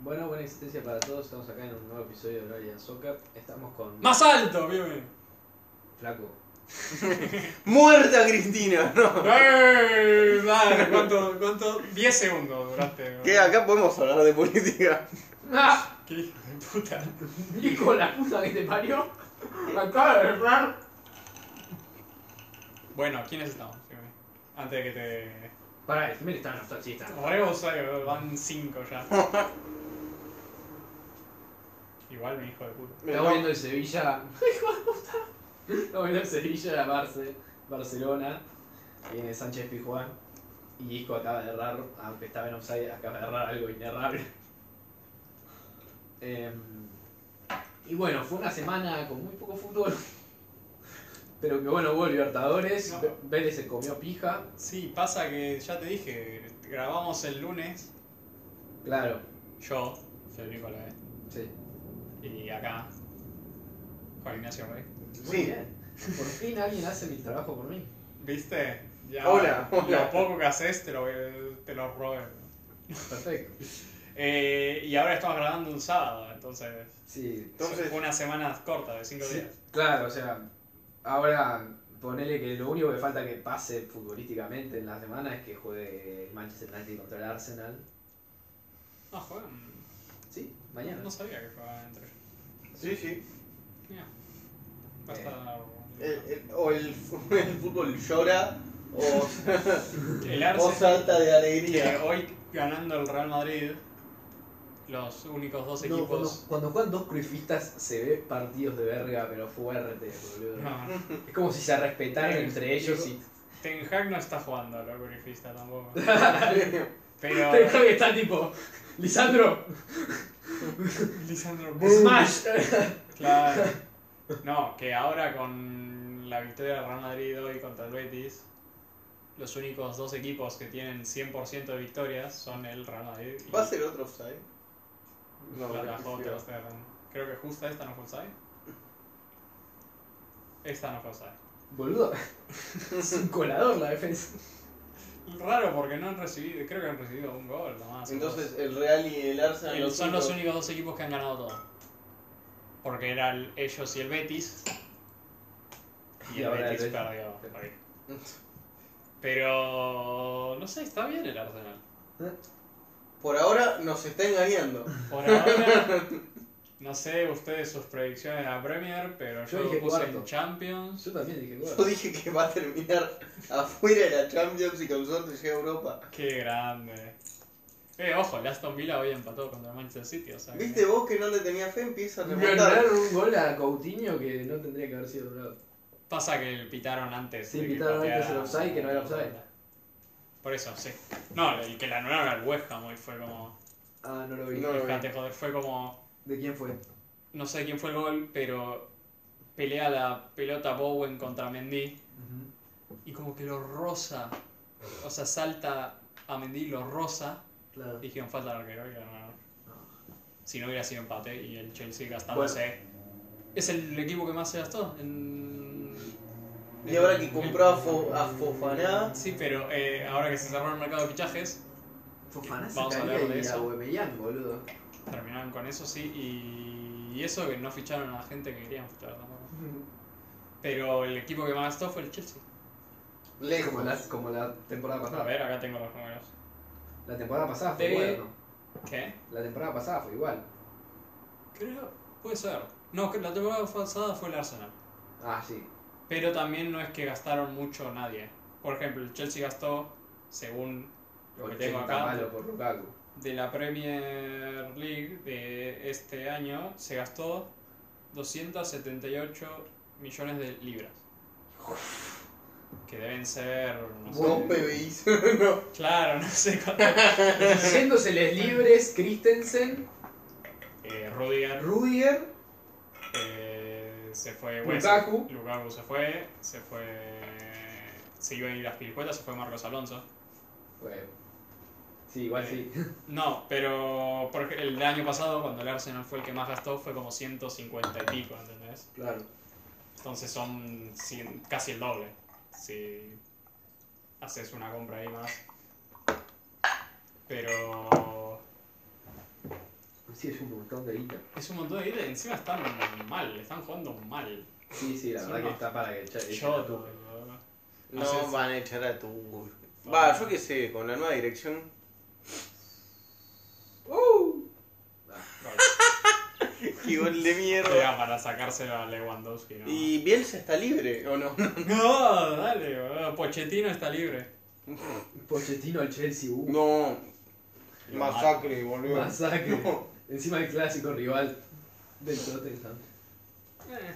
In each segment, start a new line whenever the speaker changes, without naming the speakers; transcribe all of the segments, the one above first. Bueno, buena existencia para todos. Estamos acá en un nuevo episodio de Gloria Soca. Estamos con
¡Más alto! Bien, bien.
Flaco.
¡Muerta Cristina! No.
¡Ey! Madre, ¿cuánto? ¿Cuánto? 10 segundos duraste.
Que acá podemos hablar de política.
¡Ah!
¿Qué hijo de puta?
Hijo de la puta que te parió. Acaba de errar.
Bueno, ¿quiénes estamos? Jimmy? Antes de que te...
Pará, el Jiménez está en los taxistas.
Re usuario, van 5 ya. Igual mi hijo de puta.
Estamos viendo de Sevilla. Estamos viendo de Sevilla a Barce, Barcelona. Viene Sánchez Pijuán. Y Isco acaba de errar, aunque estaba en offside, acaba de errar algo inerrable. Em, y bueno, fue una semana con muy poco fútbol. Pero que bueno, hubo Libertadores.
No.
Ve- Vélez se comió pija.
Sí, pasa que ya te dije, grabamos el lunes,
Claro,
yo, Federico Nicolás,
sí.
y acá, Juan Ignacio Rey.
Muy
Sí.
bien. Por fin alguien hace mi trabajo por mí.
¿Viste? Ya,
Hola,
Lo
hola.
poco que haces te lo, te lo robé.
Perfecto.
Eh, y ahora estamos grabando un sábado, entonces.
Sí,
Entonces-
fue una semana corta de 5
Sí,
días.
claro, o sea, ahora ponele que lo único que falta que pase futbolísticamente en la semana es que juegue el Manchester United contra el Arsenal.
Ah, juegan.
Sí, mañana.
No sabía que jugaban entre ellos.
Sí, sí.
Mira. Va a
Eh,
estar.
El- el- o el, el fútbol llora o,
El
o
Arsenal,
salta de
que
alegría.
hoy ganando el Real Madrid, los únicos dos
No, cuando,
equipos.
cuando juegan dos cruifistas se ve partidos de verga, pero fuerte, boludo.
No,
Es como si se respetaran
Eh,
entre ellos y.
Ten Hag no está jugando al Orifista tampoco. Pero.
Te deja que está tipo. Lisandro,
Lisandro
Smash.
Claro. No, que ahora con la victoria del Real Madrid hoy contra el Betis, los únicos dos equipos que tienen 100% de victorias son el Real Madrid y
¿Va a ser otro offside?
la
No,
la
no,
Jota Stern. Creo que justo esta no fue offside. Esta no fue offside.
Boludo. Es un colador la defensa.
Raro porque no han recibido, creo que han recibido un gol nomás.
Entonces el Real y el Arsenal
El- son los
únicos-
únicos dos equipos que han ganado todo. Porque eran ellos y el Betis. Y,
Y
el
ahora el
Betis
Betis.
perdió. Pero no sé, está bien el Arsenal.
Por ahora nos está engañando.
Por ahora, no sé ustedes sus predicciones de la Premier, pero
Yo
yo, lo
dije
puse
cuarto.
en Champions.
Yo también dije,
Yo
bueno.
dije que va a terminar afuera de la Champions y con suerte llega a Europa.
Qué grande. Eh, ojo, el Aston Villa hoy empató contra el Manchester City, o sea. que-
¿Viste vos que no le tenía fe? Empieza a remontar.
¿eh?
Ganar un gol a Coutinho que no tendría que haber sido doblado.
Pasa que el pitaron antes.
Sí,
de que
pitaron antes
pateara.
el offside, que no era offside.
Por eso, sí. No, el que la anularon al West Ham hoy fue como.
Ah, no lo vi.
No. lo vi.
Fíjate, joder, fue como.
¿De quién fue?
No sé quién fue el gol, pero pelea la pelota Bowen contra Mendy y como que lo roza. O sea, salta a Mendy y lo roza.
Claro.
Dijeron falta al arquero y le ganaron. Si no hubiera sido empate y el Chelsea
Bueno.
gastándose. Es el equipo que más se gastó en.
Y ahora que
en-
compró a, Fo- a Fofaná.
Sí, pero eh, ahora que se cerró el mercado de fichajes,
Fofana se
Vamos a
caía
hablar de
y
eso.
a Aubameyang, boludo.
terminaron con eso, sí, y, y eso que no ficharon a la gente que querían fichar tampoco. Pero el equipo que más gastó fue el Chelsea.
Como
Lejos.
la, como la temporada
Ah.
A
pasada.
ver, acá tengo los números.
La temporada pasada fue
De-
igual, ¿no?
¿Qué?
La temporada pasada fue igual.
Creo, puede ser. No, que la temporada pasada fue el Arsenal.
Ah, sí.
Pero también no es que gastaron mucho nadie. Por ejemplo, el Chelsea gastó, según lo que tengo
80
acá,
malo por Lukaku.
de la Premier League de este año, se gastó 278 millones de libras. Que deben ser... No sé,
Dos PBIs. no.
claro, no sé cuánto.
Yéndoseles libres, Christensen,
Eh, Rudiger
Rudiger.
eh, se fue... bueno, se-
Lukaku.
Lukaku se fue, se fue... Se iban a ir las pilcuetas, se fue Marcos Alonso.
Bueno. Sí, igual sí.
No, pero por ej- el año pasado, cuando el Arsenal fue el que más gastó, fue como 150 y pico, ¿entendés?
Claro.
Entonces son cien- casi el doble. Si haces una compra ahí más. Pero.
Sí, es un montón de guita.
Es un montón de guita y encima están mal, están jugando mal.
Sí, sí, la
Sí,
verdad
no.
que está para que el chat- el chat
Choto,
ocupe.
boludo.
No
No sé si-
van a echar a tu.
No.
Va, yo qué sé, con la nueva dirección. ¡Qué gol de mierda!
Era para sacárselo a Lewandowski, ¿no?
Y Bielsa está libre, ¿o no?
No, dale, boludo. Pochettino está libre.
Pochettino al Chelsea, uh,
No. Masacre, boludo.
masacre.
No.
Encima el clásico rival del Tottenham.
Eh,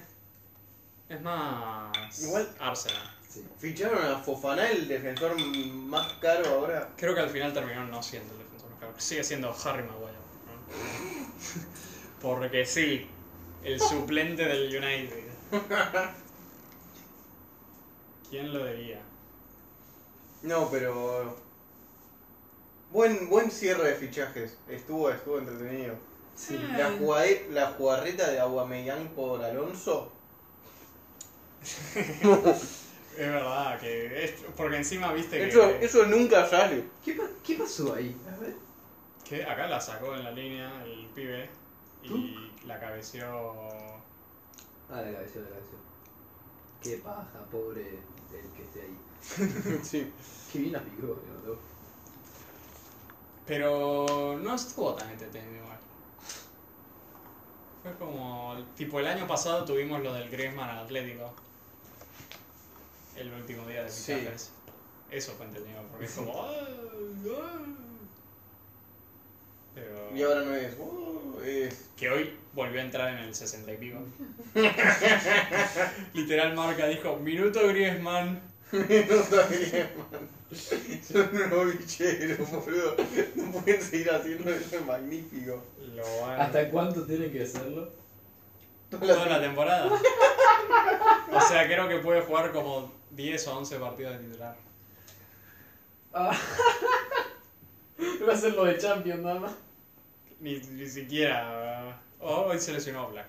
Es más.
Igual-
Arsenal.
Sí.
Ficharon a Fofaná, el defensor más caro ahora.
Creo que al final terminó no siendo el defensor más caro. Sigue siendo Harry Maguire. ¿no? Porque sí, el suplente del United. ¿Quién lo diría?
No, pero. Buen, buen cierre de fichajes. Estuvo, estuvo entretenido.
Sí.
La, jugade- la jugarreta de Aguameyang por Alonso.
Es verdad, que es, porque encima viste que,
Eso, eso nunca sale.
¿Qué, pa- ¿Qué pasó ahí? A ver.
que acá la sacó en la línea el pibe y la cabeció
Ah, la canción, la canción. Qué paja, pobre el que esté ahí.
Sí.
Qué bien apicó, ¿no?
Pero no estuvo tan entretenido igual. Fue como. Tipo, el año pasado tuvimos lo del Griezmann al Atlético. El último día de
Sí.
fichajes. Eso fue entretenido, porque es como. "Ah, ah". Pero.
Y ahora no es. "Oh", es-
Que hoy volvió a entrar en el 60 y pico. Literal, Marca dijo: Minuto Griezmann.
no está bien, man. Son unos bicheros, boludo. No pueden seguir haciendo eso, es magnífico.
Lo van-
¿Hasta cuánto tienen que hacerlo?
Toda la temporada. O sea, creo que puede jugar como 10 o 11 partidos de titular.
Ah.
Va a ser lo de Champions nada más.
Ni, ni siquiera. uh, oh, hoy se lesionó Black.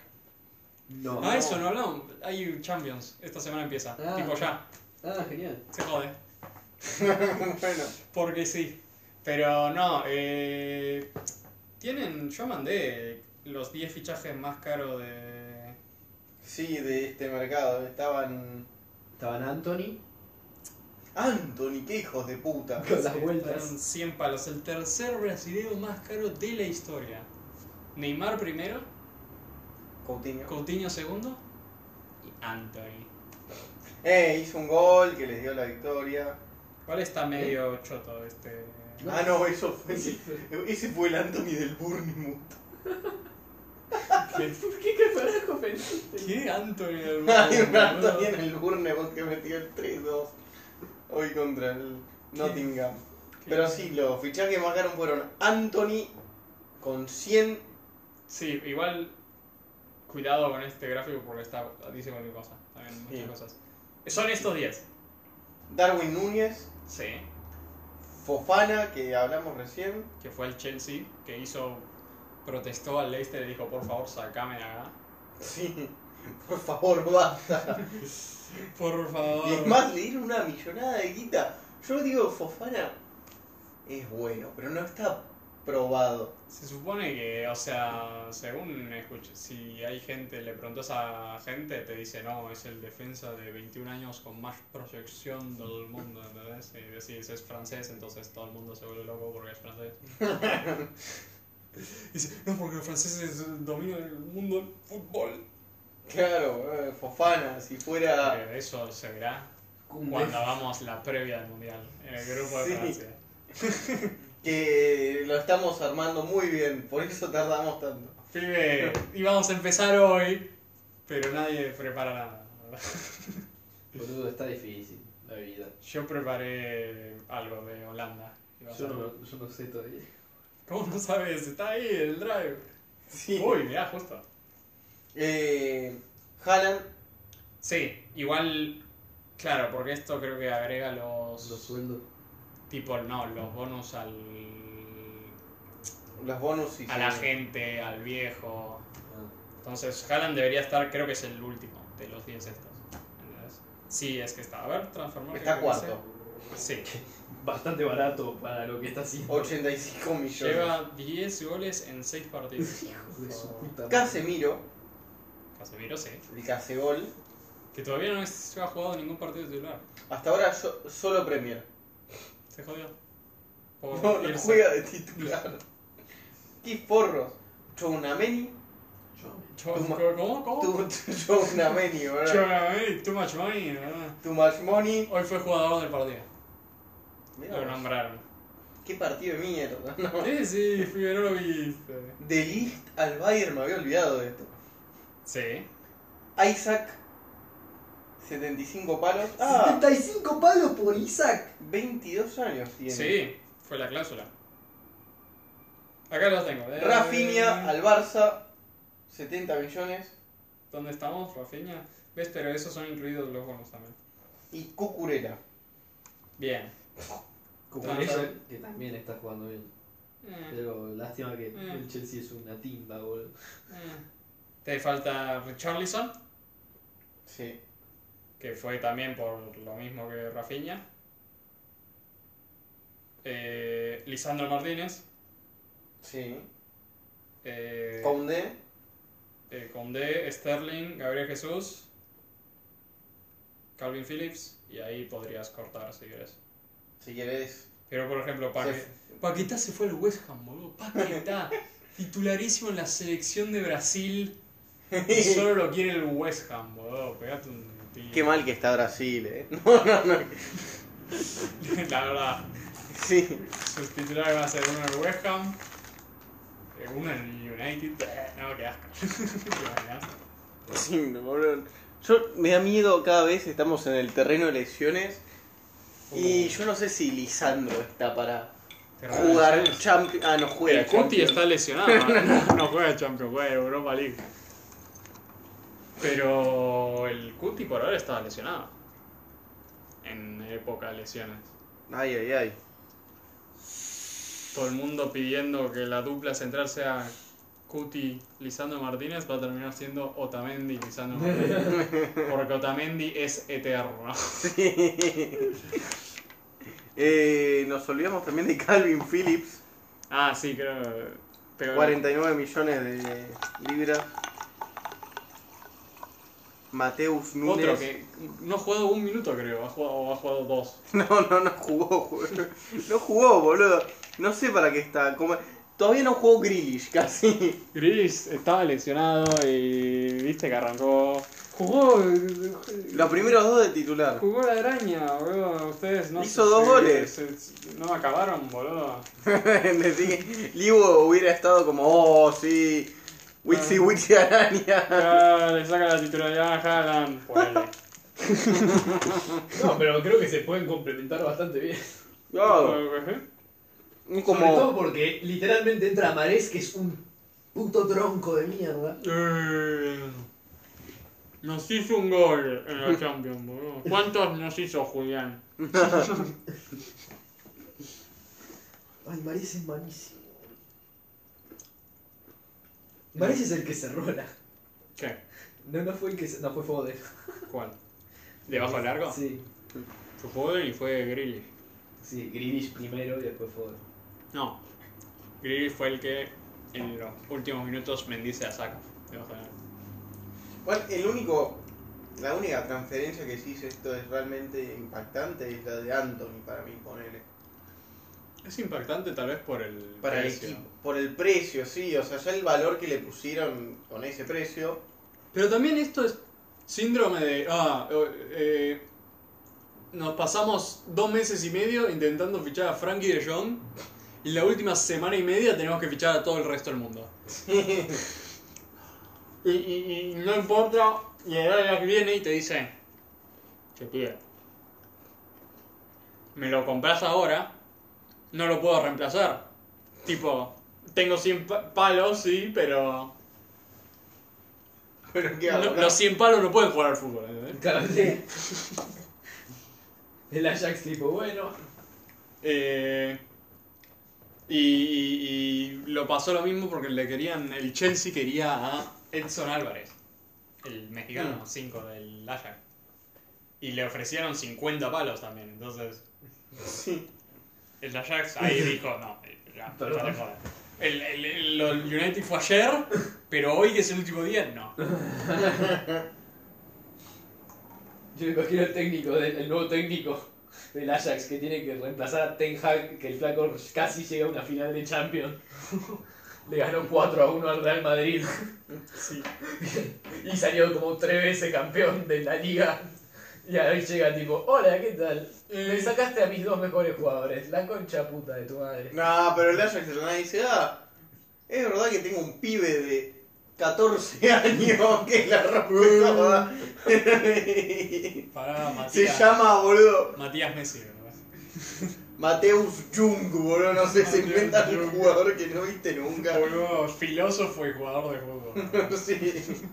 No.
Ah, eso, no hablamos. Hay Champions. Esta semana empieza.
Ah.
Tipo ya.
Ah, genial.
Se jode.
bueno,
Porque sí. Pero no, eh, Tienen. Yo mandé los 10 fichajes más caros de.
sí, de este mercado. Estaban.
Estaban Anthony
Anthony, qué hijos de puta.
con las
Sí,
vueltas.
fueron 100 palos. El tercer brasileño más caro de la historia. Neymar primero.
Coutinho.
Coutinho segundo y Anthony.
Eh, hizo un gol que les dio la victoria.
¿Cuál está medio choto este?
No.
Ah, no, eso fue. Ese, ese fue el Anthony del Bournemouth.
¿Qué,
¿Por qué carajo pensaste?
qué Anthony del
Hay un
mundo,
Anthony en
boludo?
el Bournemouth que metió el 3-2 hoy contra el Nottingham. Pero sí, los fichajes más caros fueron Anthony con 100.
Sí, igual cuidado con este gráfico porque está dice cualquier cosa. También muchas
Sí.
cosas. Son estos 10.
Darwin Núñez,
Sí,
Fofana, que hablamos recién.
que fue el Chelsea que hizo protestó al Leicester y dijo, "Por favor, sacame de acá."
Sí, por favor, basta.
Por
Y es
favor.
más, le dieron una millonada de guita. Yo digo, Fofana es bueno, pero no está probado.
Se supone que, o sea, según escuché, si hay gente, le preguntas a gente, te dice, no, es el defensa de 21 años con más proyección del mundo, ¿entendés? Y decís, es francés, entonces todo el mundo se vuelve loco porque es francés. dice, no, porque los franceses dominan el mundo del fútbol.
Claro, eh, Fofana, si fuera.
Eh, Eso se verá cuando hagamos la previa del mundial, en el grupo de
Sí.
Francia.
que lo estamos armando muy bien, por eso tardamos tanto.
Pibe, íbamos a empezar hoy, pero nadie prepara nada.
Boludo, está difícil la vida.
Yo preparé algo de Holanda. Y vas
Yo
a ver.
no, yo no sé todavía.
¿Cómo no sabes? Está ahí el drive.
Sí.
Uy, mirá, justo.
Eh, Haaland,
Sí, igual, claro, porque esto creo que agrega los,
Los sueldos.
tipo, no, los bonus al
los bonus y
a la gente, al viejo.
Ah,
Entonces, Haaland debería estar, creo que es el último de los 10 estos. ¿Entendés? Sí, es que está. A ver, transformar.
Está
creo que
cuarto.
dice. Sí.
Bastante barato para lo que está haciendo.
85 millones.
Lleva 10 goles en 6 partidos.
Hijo de su puta madre.
Casemiro,
Casemiro, sí.
el Casegol,
Que todavía no es- no ha jugado ningún partido titular.
hasta ahora yo- solo Premier.
Se jodió. Por
No, no
irse.
juega de titular. ¿Qué forros? Chounameni.
Cho-
Tuma-
¿Cómo? ¿Cómo?
Tu- tu- Chounameni, ¿verdad?
Cho- Too much money. ¿verdad?
Tu much money.
Hoy fue jugador del partido.
Mirá
Lo
vos,
nombraron.
Qué partido de mierda, ¿no?
Sí, sí, fui no lo viste.
De Ligt al Bayern me había olvidado de esto.
Sí.
Isaac, 75 palos. Ah,
75 palos por Isaac.
22 años tiene.
Sí, fue la cláusula. Acá los tengo. Eh,
Rafinha al Barça, 70 millones.
¿Dónde estamos, Rafinha? ¿Ves? Pero esos son incluidos los bonos también.
Y Cucurella.
Bien.
Cucurella, que también está jugando bien.
Eh,
Pero lástima que
Mm.
el Chelsea es una timba, boludo.
eh. Te falta Richarlison,
Sí.
que fue también por lo mismo que Rafinha. Eh, Lisandro Martínez.
Sí.
Eh,
Conde.
eh, Condé, Sterling, Gabriel Jesús, Calvin Phillips, y ahí podrías cortar si quieres.
Si querés.
Pero por ejemplo, Paque-
Se-
Paquetá se fue al West Ham, boludo. Paquetá, titularísimo en la selección de Brasil. Y solo lo quiere el West Ham, boludo. Pegate un tiro.
Qué mal que está Brasil, eh. No, no, no.
la verdad,
Sí.
sus titulares van a ser uno en el West Ham, eh, uno en el United. eh, No, qué asco. ¿Te imaginas?
Sí, no, boludo. Yo me da miedo cada vez estamos en el terreno de lesiones.
Uh.
Y yo no sé si Lisandro está para
Te
jugar
regalas.
Champions. Ah, no juega.
El Cuti
Champions.
está lesionado, no, no juega Champions, juega Europa League. Pero el Cuti por ahora está lesionado. En época de lesiones.
Ay, ay, ay.
Todo el mundo pidiendo que la dupla central sea Cuti Lisandro Martínez va a terminar siendo Otamendi Lisandro Martínez. Porque Otamendi es eterno.
Eh, nos olvidamos también de Calvin Phillips.
Ah, sí, creo. pero-
49 millones de libras. Mateus Núñez.
Otro que no ha jugado un minuto, creo, ha jugado, o ha jugado dos.
No, no, no jugó, boludo. No jugó, boludo. No sé para qué está. como- Todavía no jugó Grealish, casi.
Gris estaba lesionado y viste que arrancó. Jugó.
Los primeros dos de titular.
Jugó la araña, boludo. Ustedes no.
Hizo dos goles.
se- se- no acabaron, boludo.
Así que Livo hubiera estado como, oh, sí. Wixi, Wixi, araña.
Ya le saca la titularidad a Haaland. Ponele.
No, pero creo que se pueden complementar bastante bien.
No, es
Sobre todo
como.
porque literalmente entra Marés, que es un puto tronco de mierda.
Eh, Nos hizo un gol en la Champions, boludo. ¿Cuántos nos hizo Julián?
Ay, Marés es malísimo. Marés es el que se rola.
¿Qué?
No, no fue el que se... No, fue Foden.
¿Cuál? ¿Debajo del largo?
Sí.
Fue Foden y fue Grilly.
Sí, Grealish primero y después Foden.
No. Grilly fue el que en los últimos minutos Mendice la saca. Debajo del arco.
Igual, el único. La única transferencia que sí hizo esto es realmente impactante es la de Anthony para mí, ponele.
Es impactante tal vez por el
Para
precio.
el equipo. Por el precio, sí. O sea, ya el valor que le pusieron con ese precio.
Pero también esto es síndrome de... Ah, eh, nos pasamos dos meses y medio intentando fichar a Frankie de Jong y la última semana y media tenemos que fichar a todo el resto del mundo. y, y- y no importa, y el área que viene y te dice... Che, pibe, me lo compras ahora, no lo puedo reemplazar. Tipo, tengo 100 pa- palos, sí, pero...
Pero qué hago.
No, los 100 palos no pueden jugar al fútbol. ¿entendés?
Claro, sí. El Ajax tipo, bueno.
Eh, y, y- y lo pasó lo mismo porque le querían. El Chelsea quería a Edson Álvarez, el Mm. mexicano 5 del Ajax. Y le ofrecieron 50 palos también. Entonces,
Sí.
El Ajax ahí dijo, no, eh, ya, ya
Perdón.
te jodas. El, el, el- lo- el United fue ayer, pero hoy que es el último día, no.
Yo me imagino el técnico, del- el nuevo técnico del Ajax que tiene que reemplazar a Ten Hag, que el flaco casi llega a una final de Champions. Le ganó 4 a 1 al Real Madrid
Sí.
y salió como tres veces campeón de la liga. Y ahí llega tipo, hola, ¿qué tal? Le sacaste a mis dos mejores jugadores, la concha puta de tu madre.
No, pero el Ajax de la nada dice, ah, es verdad que tengo un pibe de 14 años que la rompe toda.
Para
Se
Matías,
llama, boludo,
Matías Messi, ¿verdad?
Mateus Jung, boludo, no sé, se
Mateus
inventa el
Jung.
jugador que no viste nunca.
Boludo, filósofo y jugador de fútbol.
Sí.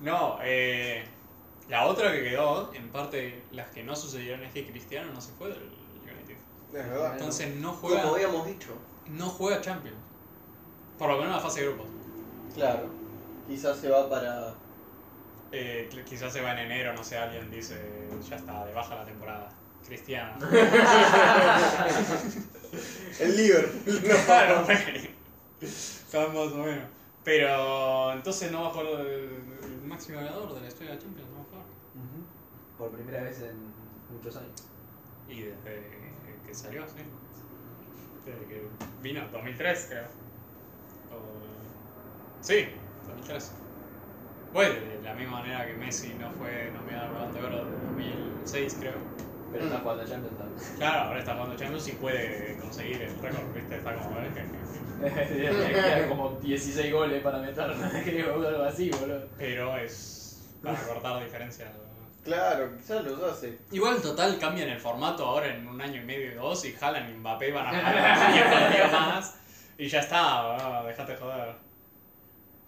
No, eh, la otra que quedó, en parte las que no sucedieron, es que Cristiano no se fue del United.
Es verdad.
Entonces no juega,
Como habíamos dicho.
no juega Champions. Por lo menos en la fase de grupos.
Claro. Quizás se va para.
Eh, qu- quizás se va en enero, no sé, alguien dice, ya está, de baja la temporada. Cristiano.
El Liverpool. No.
Claro, güey. Son más o menos. Pero entonces no va a jugar el, el máximo ganador de la historia de la Champions, no va a jugar.
Por primera vez en muchos años.
Y desde que salió, sí. Desde que vino, 2003 creo. O- Sí, 2003. Bueno, de la misma manera que Messi no fue nominado al Balón de Oro de 2006 creo.
Pero está jugando a Champions también.
Claro, ahora está jugando Champions y puede conseguir el récord, ¿viste? Está como... eh, que- que-
Quedan como 16 goles para meter, creo, o algo así, boludo.
Pero es para cortar diferencias. ¿no?
Claro, quizás los hace.
Igual total cambian el formato ahora en un año y medio y dos y jalan y Mbappé van a jalar diez partidos más y ya está, ¿no? dejate joder.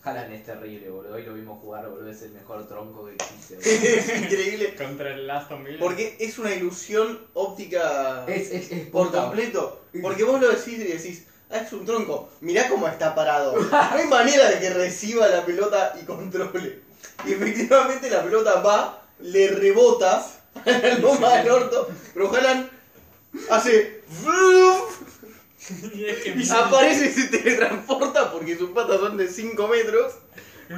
Jalan es terrible, boludo. Hoy lo vimos jugar, boludo. Es el mejor tronco que existe, boludo.
es increíble.
Contra el Aston Villa.
Porque es una ilusión óptica
Es, es, es
por
puta,
completo. Porque vos lo decís y decís, ah, es un tronco. Mirá cómo está parado. No hay manera de que reciba la pelota y controle. Y efectivamente la pelota va, le rebota a la loma del orto. Pero Haaland hace. ¡vruf!
y es que
Y aparece y se teletransporta porque sus patas son de 5 metros.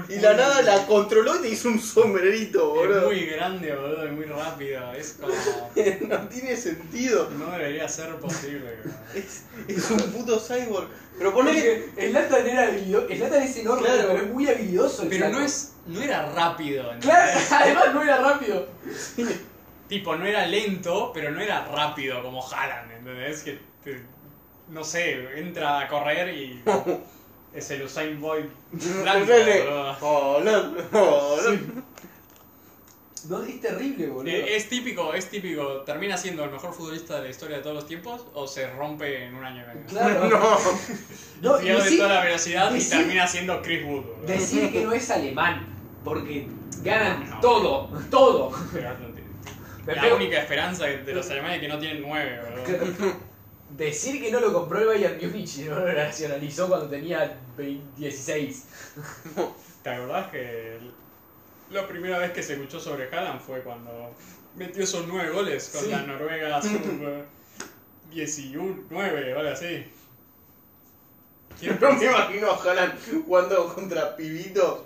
Y la nada la controló y te hizo un sombrerito,
es
boludo.
muy grande, boludo, y muy rápido. Es como.
No tiene sentido.
No debería ser posible, bro.
Es, es un puto cyborg. Pero ponele.
El Latan era habilidoso. El Latan es enorme,
Claro.
pero es muy habilidoso. el
Pero no
flaco.
es. no era rápido, ¿entendés?
Claro, además no era rápido.
Tipo, no era lento, pero no era rápido como Haaland, ¿entendés? Que te- no sé, entra a correr y. es el Usain Bolt. blanco, boludo.
Hola, hola.
No, es terrible, boludo.
Eh, Es típico, es típico. ¿Termina siendo el mejor futbolista de la historia de todos los tiempos o se rompe en un año y medio?
Claro.
No.
No, y
Pierde
sí-
toda la velocidad y
sí.
termina siendo Chris Wood. boludo.
Decir que no es alemán, porque ganan
No.
todo, todo.
Pero no tiene-
Me
La
pego-
única esperanza de los alemanes es que no tienen nueve, boludo.
Decir que no lo compró el Bayern Múnich y no lo nacionalizó cuando tenía 20 16.
¿Te acordás que el- la primera vez que se escuchó sobre Haaland fue cuando metió esos nueve goles con
Sí.
la Noruega sub eh, 19 o algo así? Quiero
No me imagino a Haaland jugando contra pibitos.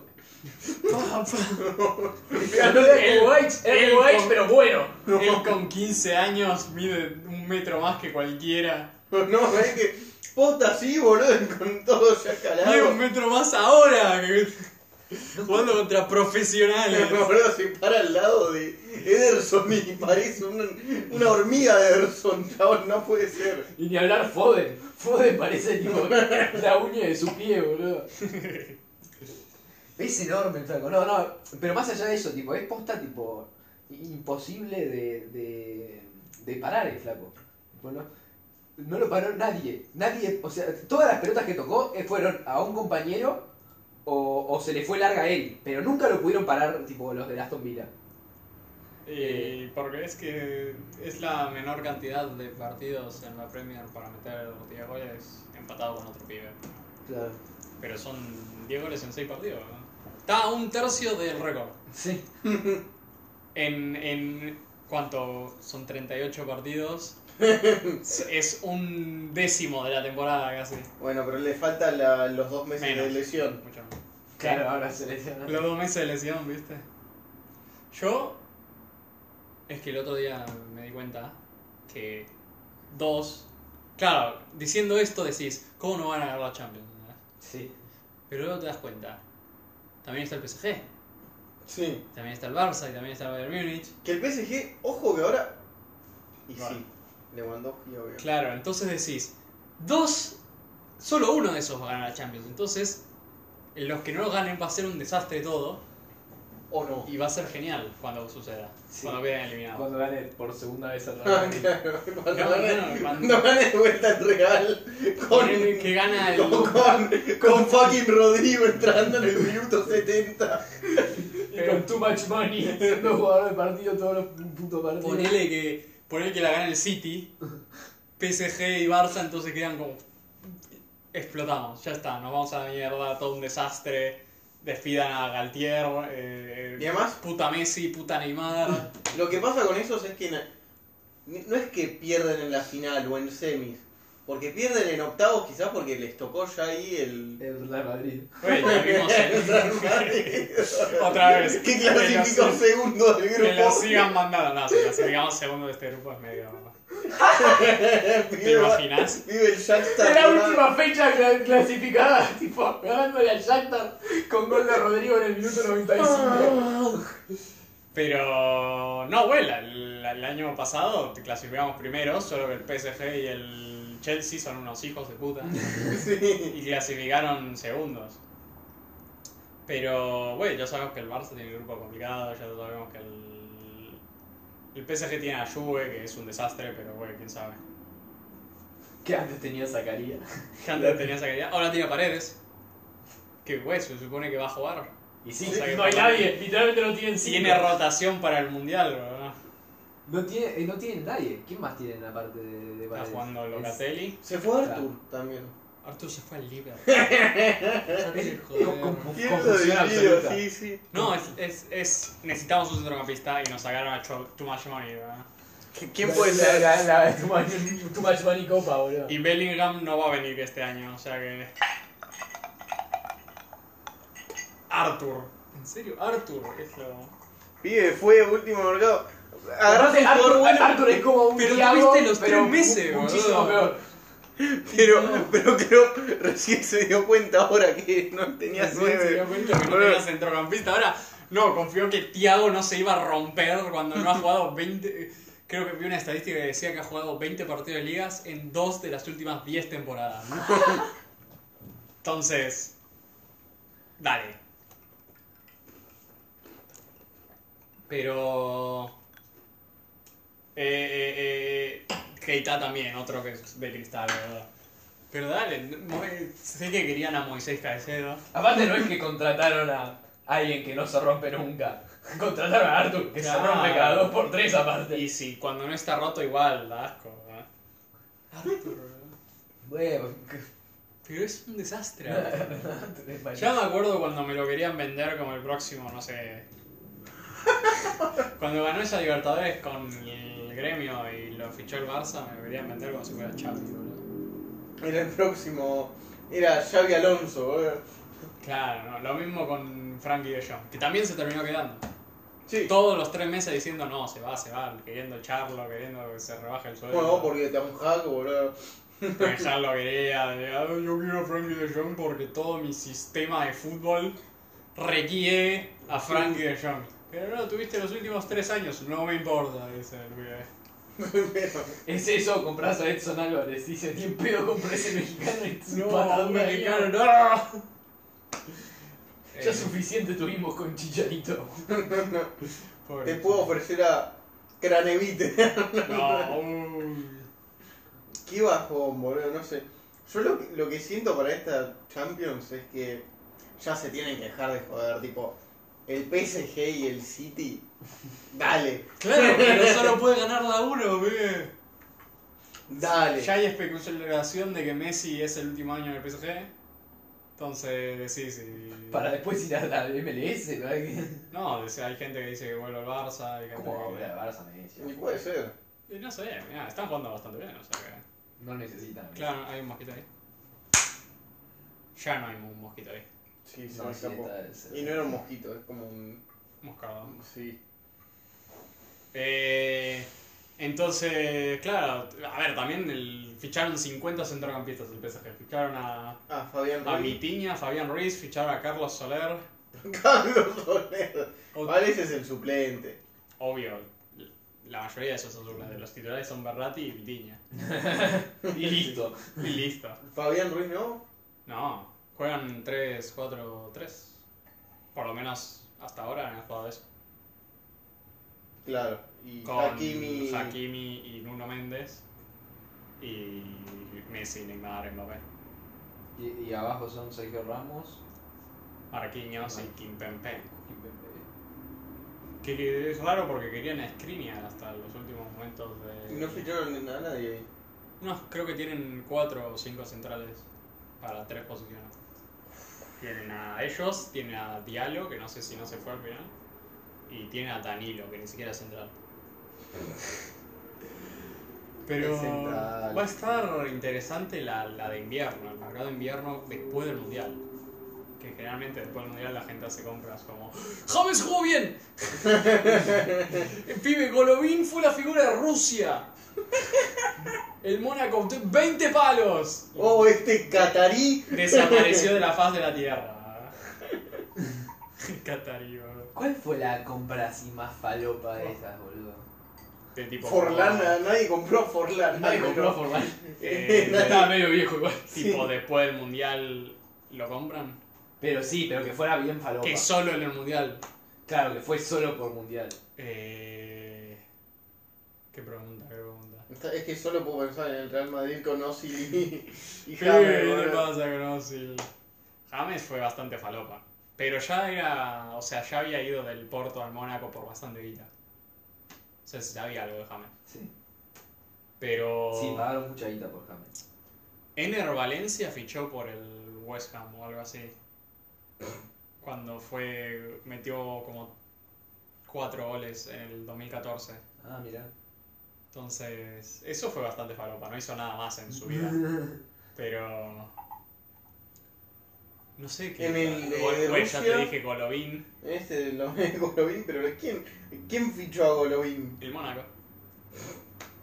Ganó el
Él-
RWH,
él
RWH,
con-
pero bueno.
Él con 15 años mide un metro más que cualquiera.
No, es que. Posta así, boludo, con todo ya
Mide un
calado.
metro más ahora. que- Jugando contra profesionales.
Boludo, se para al lado de Ederson y parece una, una hormiga de Ederson, chabón, no puede ser.
Y ni hablar Foden. Foden parece tipo la uña de su pie, boludo.
Es enorme el flaco, no, no, pero más allá de eso, tipo, es posta, tipo, imposible de, de, de parar el flaco. Bueno, no lo paró nadie, nadie, o sea, todas las pelotas que tocó eh, fueron a un compañero o, o se le fue larga a él, pero nunca lo pudieron parar, tipo, los de Aston Villa.
Y porque es que es la menor cantidad de partidos en la Premier para meter 10 goles empatado con otro pibe.
Claro.
Pero son 10 goles en 6 partidos. ¿no? Está a un tercio del récord.
Sí.
En, en cuánto son 38 partidos, Es- Es un décimo de la temporada casi.
Bueno, pero le faltan la- los dos meses
Menos.
de lesión.
Mucho más.
Claro, ahora se lesiona.
Los dos meses de lesión, ¿viste? Yo. Es que el otro día me di cuenta que. Dos. Claro, diciendo esto decís, ¿cómo no van a ganar la Champions?
Sí.
Pero luego te das cuenta. También está el PSG,
Sí.
también está el Barça y también está el Bayern Múnich.
Que el PSG, ojo que ahora. Y
Bueno.
sí, Lewandowski, obvio.
Claro, entonces decís, dos, solo uno de esos va a ganar la Champions. Entonces, los que no lo ganen va a ser un desastre todo
O no.
y va a ser genial cuando suceda,
Sí.
cuando queden eliminados.
Cuando gane por segunda vez al
Ah,
Real Madrid.
claro, cuando
No,
gane-
no, cuando-
cuando gane de vuelta el Real con,
Ponele que gana el-
con, con, con fucking Rodrigo entrando en el minuto 70.
Y con too much money, siendo jugador de partido todos los putos partidos.
Ponele que, ponele que la gane el City, PSG y Barça, entonces quedan como... Explotamos, ya está, nos vamos a la mierda, todo un desastre. Despidan a Galtier, eh,
Y además-
puta Messi, puta Neymar.
Lo que pasa con esos es que na- no es que pierden en la final o en semis, porque pierden en octavos quizás porque les tocó ya ahí el...
El Real Madrid.
Güey, lo vimos
el
en-
Real Madrid.
Otra vez.
que
Que
clasificó
lo sig-
segundo del
Que lo
grupo.
sigan mandando. No, si clasificamos segundo de este grupo es medio. ¿Te
Vive-
imaginas?
Vive el Shakhtar.
De la
¿verdad?
última fecha cla- clasificada, tipo, ganándole al Shakhtar con gol de Rodrigo en el minuto 95.
Pero. No, güey, la- la- el año pasado te clasificamos primero, solo que el PSG y el Chelsea son unos hijos de puta.
Sí.
Y clasificaron segundos. Pero, güey, ya sabemos que el Barça tiene un grupo complicado, ya sabemos que el. El PSG tiene a Juve, que es un desastre, pero, güey, quién sabe.
Que antes tenía Zacarías.
Que Antes tenía esa calidad, ahora tiene paredes. Que güey, se supone que va a jugar.
Y sí,
O sea que
no hay
para-
nadie, literalmente no tienen cinco.
Tiene rotación para el mundial, ¿verdad?
no, tiene, eh, no tienen nadie. ¿Quién más tienen aparte de, de
Está
Paredes?
jugando
Es-
Locatelli.
Se fue Arthur también.
Arthur se fue al Liverpool.
es-
Joder.
con- con- con-
Cierto,
confusión
dividido,
absoluta.
sí, sí.
No, es, es, es- Necesitamos un centrocampista y nos sacaron a Cho- Too Much Money, ¿verdad?
¿Quién
La-
puede
la-
ser?
La, la- too, much, too much money copa, boludo.
Y Bellingham no va a venir este año, o sea que. Arthur. ¿En serio? Arthur es lo.
Pibe, fue último mercado. Agarraste
Aparte,
un jugador
Arthur,
bueno,
Arthur es como un
Pero
Thiago,
tuviste los tres
pero mu-
meses,
Muchísimo
boludo.
peor.
pero, pero creo recién se dio cuenta ahora que no tenía
Sí, se dio
nueve.
cuenta que no
Nueve.
tenía centrocampista. Ahora, no, confío que Thiago no se iba a romper cuando no ha jugado 20. Creo que vi una estadística que decía que ha jugado 20 partidos de ligas en dos de las últimas 10 temporadas. Entonces, dale. Pero. Eh, eh, eh, Keita también, otro que es de cristal, ¿verdad? Pero dale, no- sé que querían a Moisés Caicedo.
Aparte no es que contrataron a alguien que no se rompe nunca. Contrataron a Arthur, que se
Claro.
rompe cada dos por tres aparte.
Y si cuando no está roto igual, da asco, ¿verdad?
Bueno,
Ah, Pero es un desastre. ¿verdad?
Arthur es malísimo.
Ya me acuerdo cuando me lo querían vender como el próximo, no sé. Cuando ganó esa Libertadores con el gremio y lo fichó el Barça, me lo querían vender como si fuera Xavi, boludo.
Era el próximo. Era Xavi Alonso. boludo.
Claro, no, lo mismo con Frankie de Jong, que también se terminó quedando.
Sí.
Todos los tres meses diciendo no, se va, se va, queriendo echarlo, queriendo que se rebaje el sueldo.
Bueno, porque te un hack, boludo.
Pensar lo quería, de, "Ah, yo quiero a Frankie de Jong porque todo mi sistema de fútbol requiere a Frankie de Jong. Pero no, lo tuviste los últimos tres años, no me importa, dice el pibe.
Es eso, compras a Edson Álvarez. Dice, ni en pedo compré ese mexicano y su
No,
patadura,
mexicano,
mierda.
no.
Ya
Eh,
suficiente tuvimos con Chicharito.
pobre.
Te puedo ofrecer a Cranevite.
No, uy.
Qué bajón, boludo, no sé. Yo lo, que- lo que siento para esta Champions es que ya se tienen que dejar de joder, tipo, el PSG y el City, dale,
Claro, pero solo puede ganar la uno, pibe.
dale.
Ya hay especulación de que Messi es el último año en el PSG. Entonces decís si.
Para después ir a la MLS, ¿verdad?
Eh, No, o sea, hay gente que dice que vuelve al Barça. Hay gente
Como
que...
la Barça me dice.
Y puede ser.
Eh, No sé, mirá, están jugando bastante bien, o sea que.
No necesitan.
Claro, hay un mosquito ahí. Ya no hay un mosquito ahí.
Sí, se
No,
me
sí,
escapó.
está ese.
Y no era un mosquito, es como un.
Moscado.
Sí.
Eh, entonces, claro, a ver, también el, ficharon 50 centrocampistas el PSG. Ficharon a,
Ah, Fabián
a
Ruiz.
Vitinha, Fabián Ruiz, ficharon a Carlos Soler.
Carlos Soler.
O-
Vale, ese es el suplente.
Obvio, la mayoría de esos son suplentes. Los titulares son Berrati y Vitinha. y listo. Y listo.
Fabián Ruiz no.
No, juegan 3-4-3. Por lo menos hasta ahora han jugado eso.
Claro. Y
Con
Hakimi.
Hakimi y Nuno Méndez. Y Messi, Neymar, Mbappé.
Y, y abajo son Sergio Ramos.
Marquinhos y
Mar-
Kimpempe.
y Pepe.
Que- Que es raro porque querían a Skriniar hasta los últimos momentos de...
Y no ficharon a nadie ahí.
No, creo que tienen cuatro o cinco centrales para tres posiciones. Tienen a ellos, tienen a Diallo, que no sé si no se fue al final, y tienen a Danilo, que ni siquiera es central. Pero
Es central.
va a estar interesante la, la de invierno, el mercado de invierno después del Mundial. Que generalmente después del Mundial la gente hace compras como ¡James jugó bien! El pibe Golovin fue la figura de Rusia. El Mónaco obtuvo 20 palos.
Oh, este catarí.
Desapareció de la faz de la tierra. Catarí, boludo.
¿Cuál fue la compra así más falopa de esas, boludo?
De tipo.
Forlán, a- nadie compró a Forlán.
Nadie
no,
compró
no.
a Forlán.
Eh,
Estaba medio viejo igual.
tipo, después del mundial lo compran.
Pero sí, pero que fuera bien falopa.
Que solo en el mundial.
Claro, que fue solo por mundial.
Eh, qué pregunta, qué pregunta.
Está- Es que solo puedo pensar en el Real Madrid con Ozil y, y
¿Qué
James,
le
boludo.
pasa con Ozil? James fue bastante falopa. Pero ya era. O sea, ya había ido del Porto al Mónaco por bastante guita. O sea, se sabía algo de James.
Sí.
Pero.
Sí, pagaron mucha guita por James.
Ener Valencia fichó por el West Ham o algo así. Cuando fue. metió como cuatro goles en el 2014.
Ah, mirá.
Entonces. Eso fue bastante falopa, no hizo nada más en su vida. Pero. No sé qué.
En el de
Bueno, bueno, ya te
Rusia.
dije Golovin,
Este lo ve Golovin, pero ¿quién, ¿quién fichó a Golovin?
el Mónaco.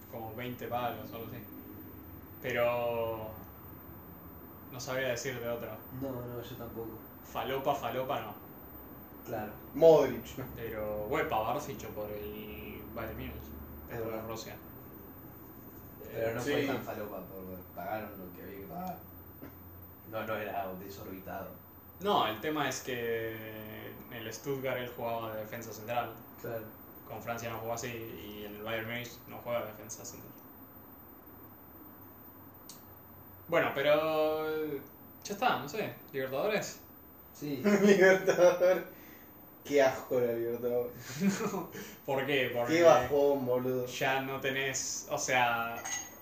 Como 20 palos o algo así. Pero. No sabría decir de otro.
No, no, yo tampoco.
Falopa, falopa no.
Claro.
Modric.
Pero, bueno, Pavard fichó por el Bayern Múnich,
Es
por
verdad.
Rusia.
Pero no
Sí.
fue tan falopa, porque pagaron lo que había que pagar. No, no era desorbitado.
No, el tema es que en el Stuttgart él jugaba de defensa central,
Claro.
con Francia no jugó así, y en el Bayern Múnich no juega de defensa central. Bueno, pero ya está, no sé, Libertadores.
Sí.
Libertador. Qué asco la Libertador.
¿Por qué?
Qué
Porque
bajón, boludo.
ya no tenés, o sea,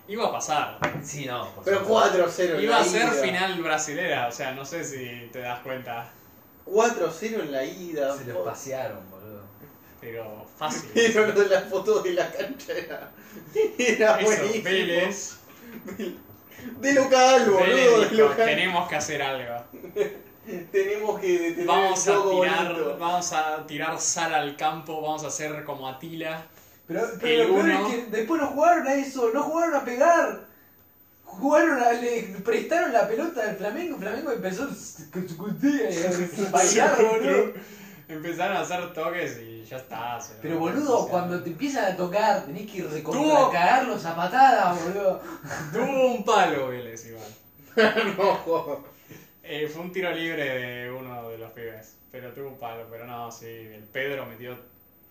iba a pasar,
Sí, no, por
Pero
supuesto.
4-0 en
iba
la
a ser
ida.
final brasilera, o sea, no sé si te das cuenta.
4-0 en la ida.
Se los pasearon, boludo.
Pero fácil.
Pero lo de la foto de la cancha era, era
Eso,
buenísimo.
Vélez.
De local, boludo.
Vélez
de
dijo,
local.
tenemos que hacer algo.
Tenemos que detener
Vamos
el
a
juego
tirar,
bonito.
vamos a tirar sal al campo, vamos a hacer como Atila.
Pero,
El
pero lo peor
uno.
es que después no jugaron a eso, no jugaron a pegar. Jugaron a, le prestaron la pelota al Flamengo, Flamengo empezó a bailar, boludo.
Empezaron a hacer toques y ya está. se-
Pero
o
boludo,
sea,
cuando te empiezan a tocar, tenés que
Tuvo-
recontra cagarlos a patadas, boludo.
Tuvo un palo Vélez igual.
No, joder.
Eh, fue un tiro libre de uno de los pibes. Pero tuvo un palo, pero no, sí. El Pedro metió,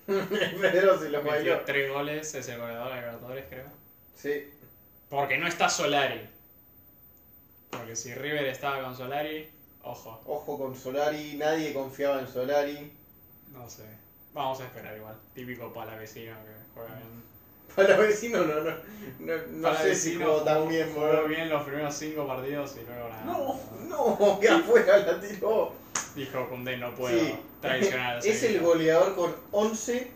Pedro se lo
metió
bailó.
tres goles, es el goleador de Libertadores, creo.
Sí.
Porque no está Solari. Porque si River estaba con Solari, ojo,
Ojo con Solari, nadie confiaba en Solari.
no sé. Vamos a esperar igual. Típico palavecino que juega bien.
Para vecino no, no, no, no sé si
Palavecino
jugó tan
jugó-
bien,
jugó
boludo.
bien los primeros cinco partidos y luego nada.
No, no, que afuera la tiró.
Dijo Cundé, no puedo
Sí.
Ah, traicionar a
Es el
Sevilla".
goleador con 11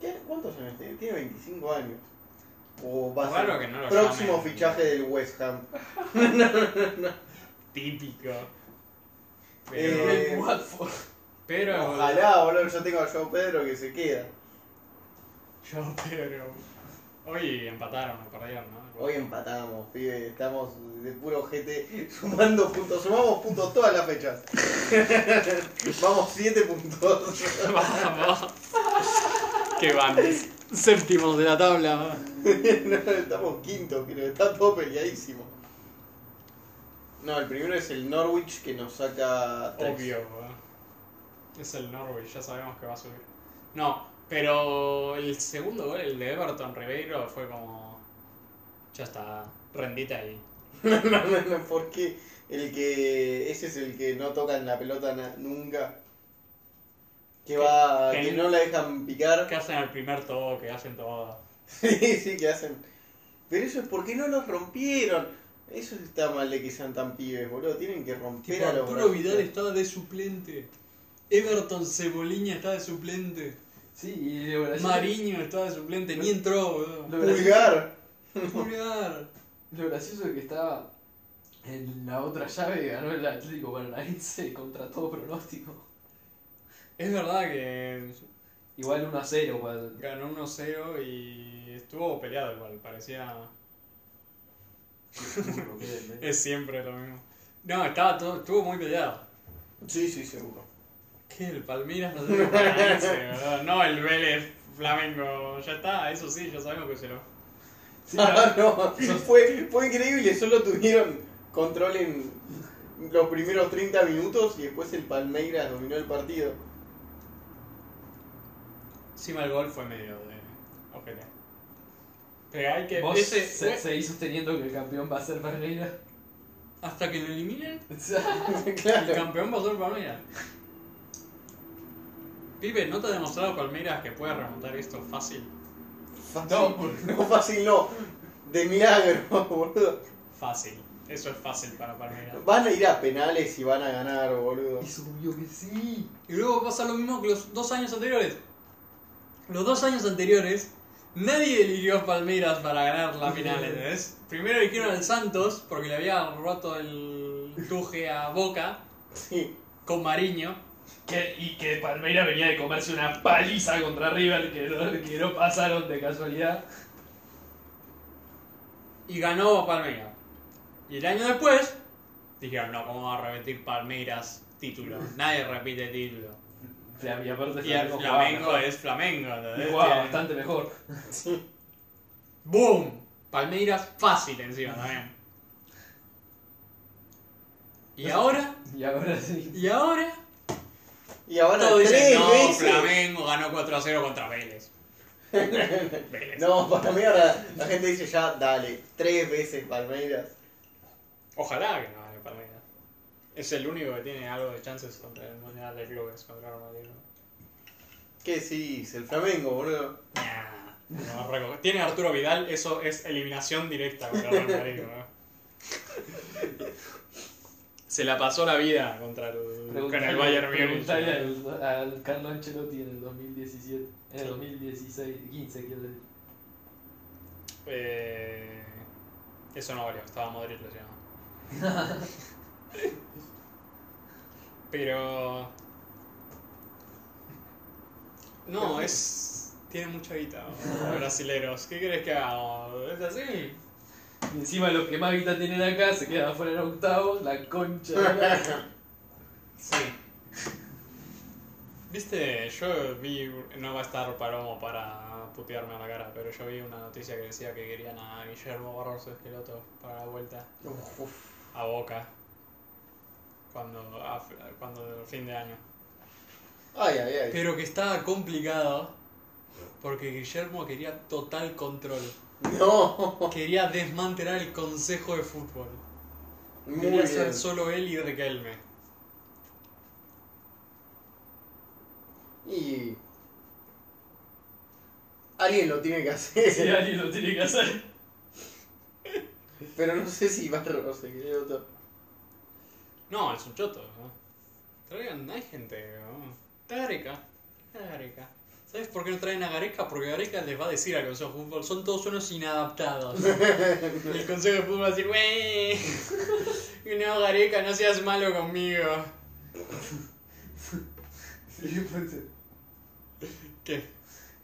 ¿Qué- ¿Cuántos años tiene? Tiene 25 años. O va a
Raro
ser
que no lo
próximo
llamen.
fichaje del West Ham.
Típico. Pero,
Eh,
El Watford.
pero
Ojalá, boludo, yo tengo a Joao Pedro que se queda.
Yo, pero. Hoy empataron o perdieron, ¿no?
Hoy empatamos, pibe, estamos de puro GT sumando puntos, sumamos puntos todas las fechas. Vamos 7 puntos.
Vamos. Qué van. Séptimos de la tabla.
No, estamos quinto, creo, está todo peleadísimo. No, el primero es el Norwich que nos saca 3.
Obvio, ¿verdad? Es el Norwich, ya sabemos que va a subir. No, pero el segundo gol, el de Everton Ribeiro, fue como. Ya está, rendite ahí.
No, no, no, no, porque el que. Ese es el que no tocan la pelota na- nunca. Que va.
que-
que no la dejan picar.
Que hacen el primer toque, hacen todo.
Sí, sí, que hacen. Pero eso es porque no los rompieron. Eso está mal de que sean tan pibes, boludo. Tienen que romper
Tipo,
a los
Arturo
brazos.
Vidal está de suplente. Everton Ceboliña está de suplente.
Sí, y de Brasil.
Mariño está de suplente. Ni entró, boludo.
Lo gracioso-
Pulgar.
Pulgar.
Lo gracioso es que estaba en la otra llave y ganó el Atlético Paranaense contra todo pronóstico.
Es verdad que
Igual 1 a 0 cuando-
ganó 1-0 y estuvo peleado igual. Parecía. Es siempre lo mismo. No, estaba todo, estuvo muy peleado.
Sí, sí, seguro.
¿Qué? El Palmeiras no sé Paranaense, ¿verdad? No, el Vélez Flamengo. Ya está, eso sí, ya sabemos que se lo.
Sí,
Ah,
la-
no. Fue, fue increíble. Solo tuvieron control en los primeros 30 minutos y después el Palmeiras dominó el partido.
Encima el gol fue medio de. ojete. Pero hay que.
Vos
ese-
se, seguís sosteniendo que el campeón va a ser Ferreira.
Hasta que lo eliminen, el
claro.
campeón va a ser Palmeiras. Pibe, ¿no te ha demostrado Palmeiras que puede remontar esto fácil?
Fácil.
No,
No, fácil no. De milagro, boludo.
Fácil. Eso es fácil para Palmeiras.
Van a ir a penales y van a ganar, boludo.
Y subió que sí.
Y luego pasa lo mismo que los dos años anteriores. Los dos años anteriores, nadie eligió a Palmeiras para ganar la final, ¿entendés? Primero eligieron al Santos, porque le había roto el tuje a Boca,
Sí.
con Mariño.
Que, y que Palmeira venía de comerse una paliza contra River que no, que no pasaron de casualidad.
y ganó Palmeiras. Y el año después dijeron, no, ¿cómo va a repetir Palmeiras título? Nadie repite título.
Flam- Y aparte
Y el
Flamengo jugaba
Flamengo es eh, Flamengo,
mejor.
¿entendés?
Y jugaba
Tienen-
bastante mejor.
¡Boom! Palmeiras fácil encima también. Y ahora,
Y ahora sí.
y ahora,
Y ahora
todos
tres
dicen, no,
veces.
Flamengo ganó 4 a 0 contra Vélez. Vélez.
No, para mí ahora la gente dice ya, dale, tres veces Palmeiras.
Ojalá que no gane Palmeiras. Es el único que tiene algo de chances contra el Mundial de Clubes, contra el Real Madrid. ¿no?
¿Qué decís? El Flamengo, boludo.
Nah, no, reco- Tiene a Arturo Vidal, eso es eliminación directa contra el Real Madrid, ¿no? Se la pasó la vida contra el, con el Bayern Múnich.
Preguntale al, al Carlo Ancelotti en el 2017. En el 2016, 15, quiero decir.
Eh, eso no valió, estaba Madrid lesionado. Pero. No, es. Tiene mucha guita, los brasileros. ¿Qué querés que haga? ¿Es así?
Y encima los que más guita tienen acá se quedan afuera en octavos, la concha. de la-
Sí. Viste, yo vi, no va a estar Palomo para putearme a la cara, pero yo vi una noticia que decía que querían a Guillermo Barroso Esqueloto para la vuelta
Uf, uf.
a Boca cuando, a- cuando el fin de año.
Ay, ay, ay.
Pero que estaba complicado porque Guillermo quería total control,
No.
quería desmantelar el Consejo de Fútbol,
Muy
quería
bien.
ser solo él y Riquelme.
Y... Alguien lo tiene que hacer.
Si alguien lo tiene que hacer.
Pero no sé si va a robarse otro.
No, es un choto. ¿no? Traigan, hay gente. ¿no? Tárica. Tárica. ¿Sabes por qué no traen a Gareca? Porque Gareca les va a decir al Consejo de Fútbol, son todos unos inadaptados. Y el Consejo de Fútbol va a decir, wey, no Gareca, no seas malo conmigo.
Sí, pues,
¿Qué?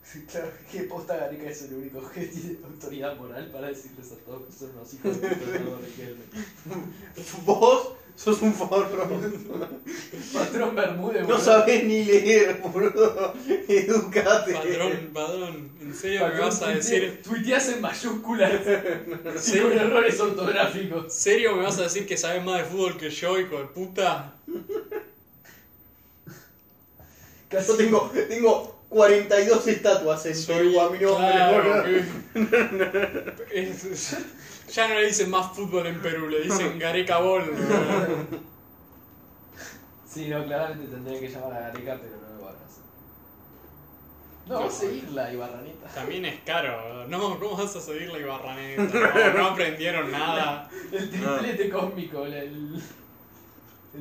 sí, claro, que posta Gareca es el único que tiene autoridad moral para decirles a todos que son unos hijos de puta, no, Riquelme.
Vos sos un forro.
Patrón Bermúdez,
No
boludo.
sabés ni leer, boludo. Educate.
Padrón, padrón, ¿en serio me
Patrón,
vas a
tuite-
decir?
Tuiteás en mayúsculas y con
¿Serio,
errores ortográficos.
serio me vas a decir que sabes más de fútbol que yo, hijo de puta?
Yo tengo, tengo 42 estatuas en Perú a mi nombre.
claro,
boludo.
que- Es- Ya no le dicen más fútbol en Perú, le dicen Gareca Ball. boludo.
Sí, no, claramente tendría que llamar a Gareca, pero no lo van a hacer. No,
No.
va a seguirla, Ibarranita.
También es caro. No, ¿cómo vas a seguir la Ibarraneta? No, no aprendieron nada.
El triplete cósmico, el. El, el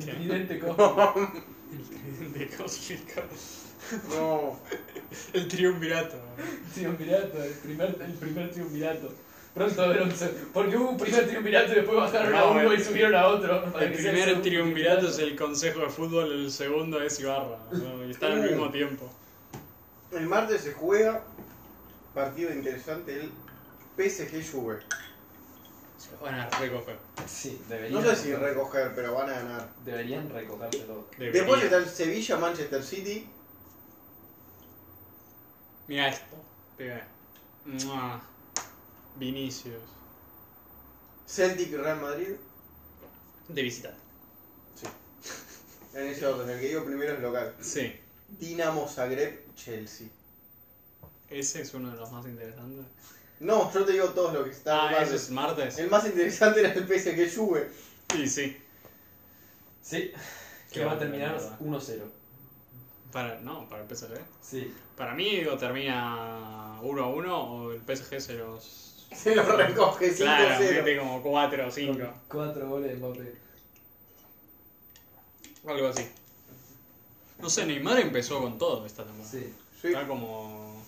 Ah. ¿Qué?
tridente cósmico.
El tridente cósmico.
No.
El triunvirato.
triunvirato, el primer, el primer triunvirato. Pronto bronce. Porque hubo un primer triunvirato y después bajaron a
No,
uno
el-
y subieron a otro. para
El
que sea segundo
primer triunvirato es el Consejo de Fútbol, el segundo es Ibarra. ¿no? Y están al mismo tiempo.
El martes se juega partido interesante el PSG Juve.
Se lo van a recoger.
Sí, deberían.
No sé si
recoger-
recoger, pero van a ganar.
Deberían recogérselo.
Debería.
Después está el Sevilla Manchester City.
Mira esto. Pega. Mua. Vinicius.
Celtic Real Madrid.
De visita.
En ese orden, el que digo primero es local.
Sí.
Dinamo Zagreb Chelsea.
Ese es uno de los más interesantes.
No, yo te digo todos los que están.
Ah,
en el
ese es martes.
El más interesante era el PSG Juve.
Sí, sí.
Sí, que
Qué
va a
bárbaro,
terminar
mierda.
1-0.
Para, no, para el PSG.
Sí.
Para mí, digo, termina 1 a 1 o el PSG se los.
Se lo recoge 5-0.
Claro, mete como 4 o 5.
Con cuatro goles de Mbappé.
Algo así. No sé, Neymar empezó con todo esta temporada.
Sí.
Sí.
Está como.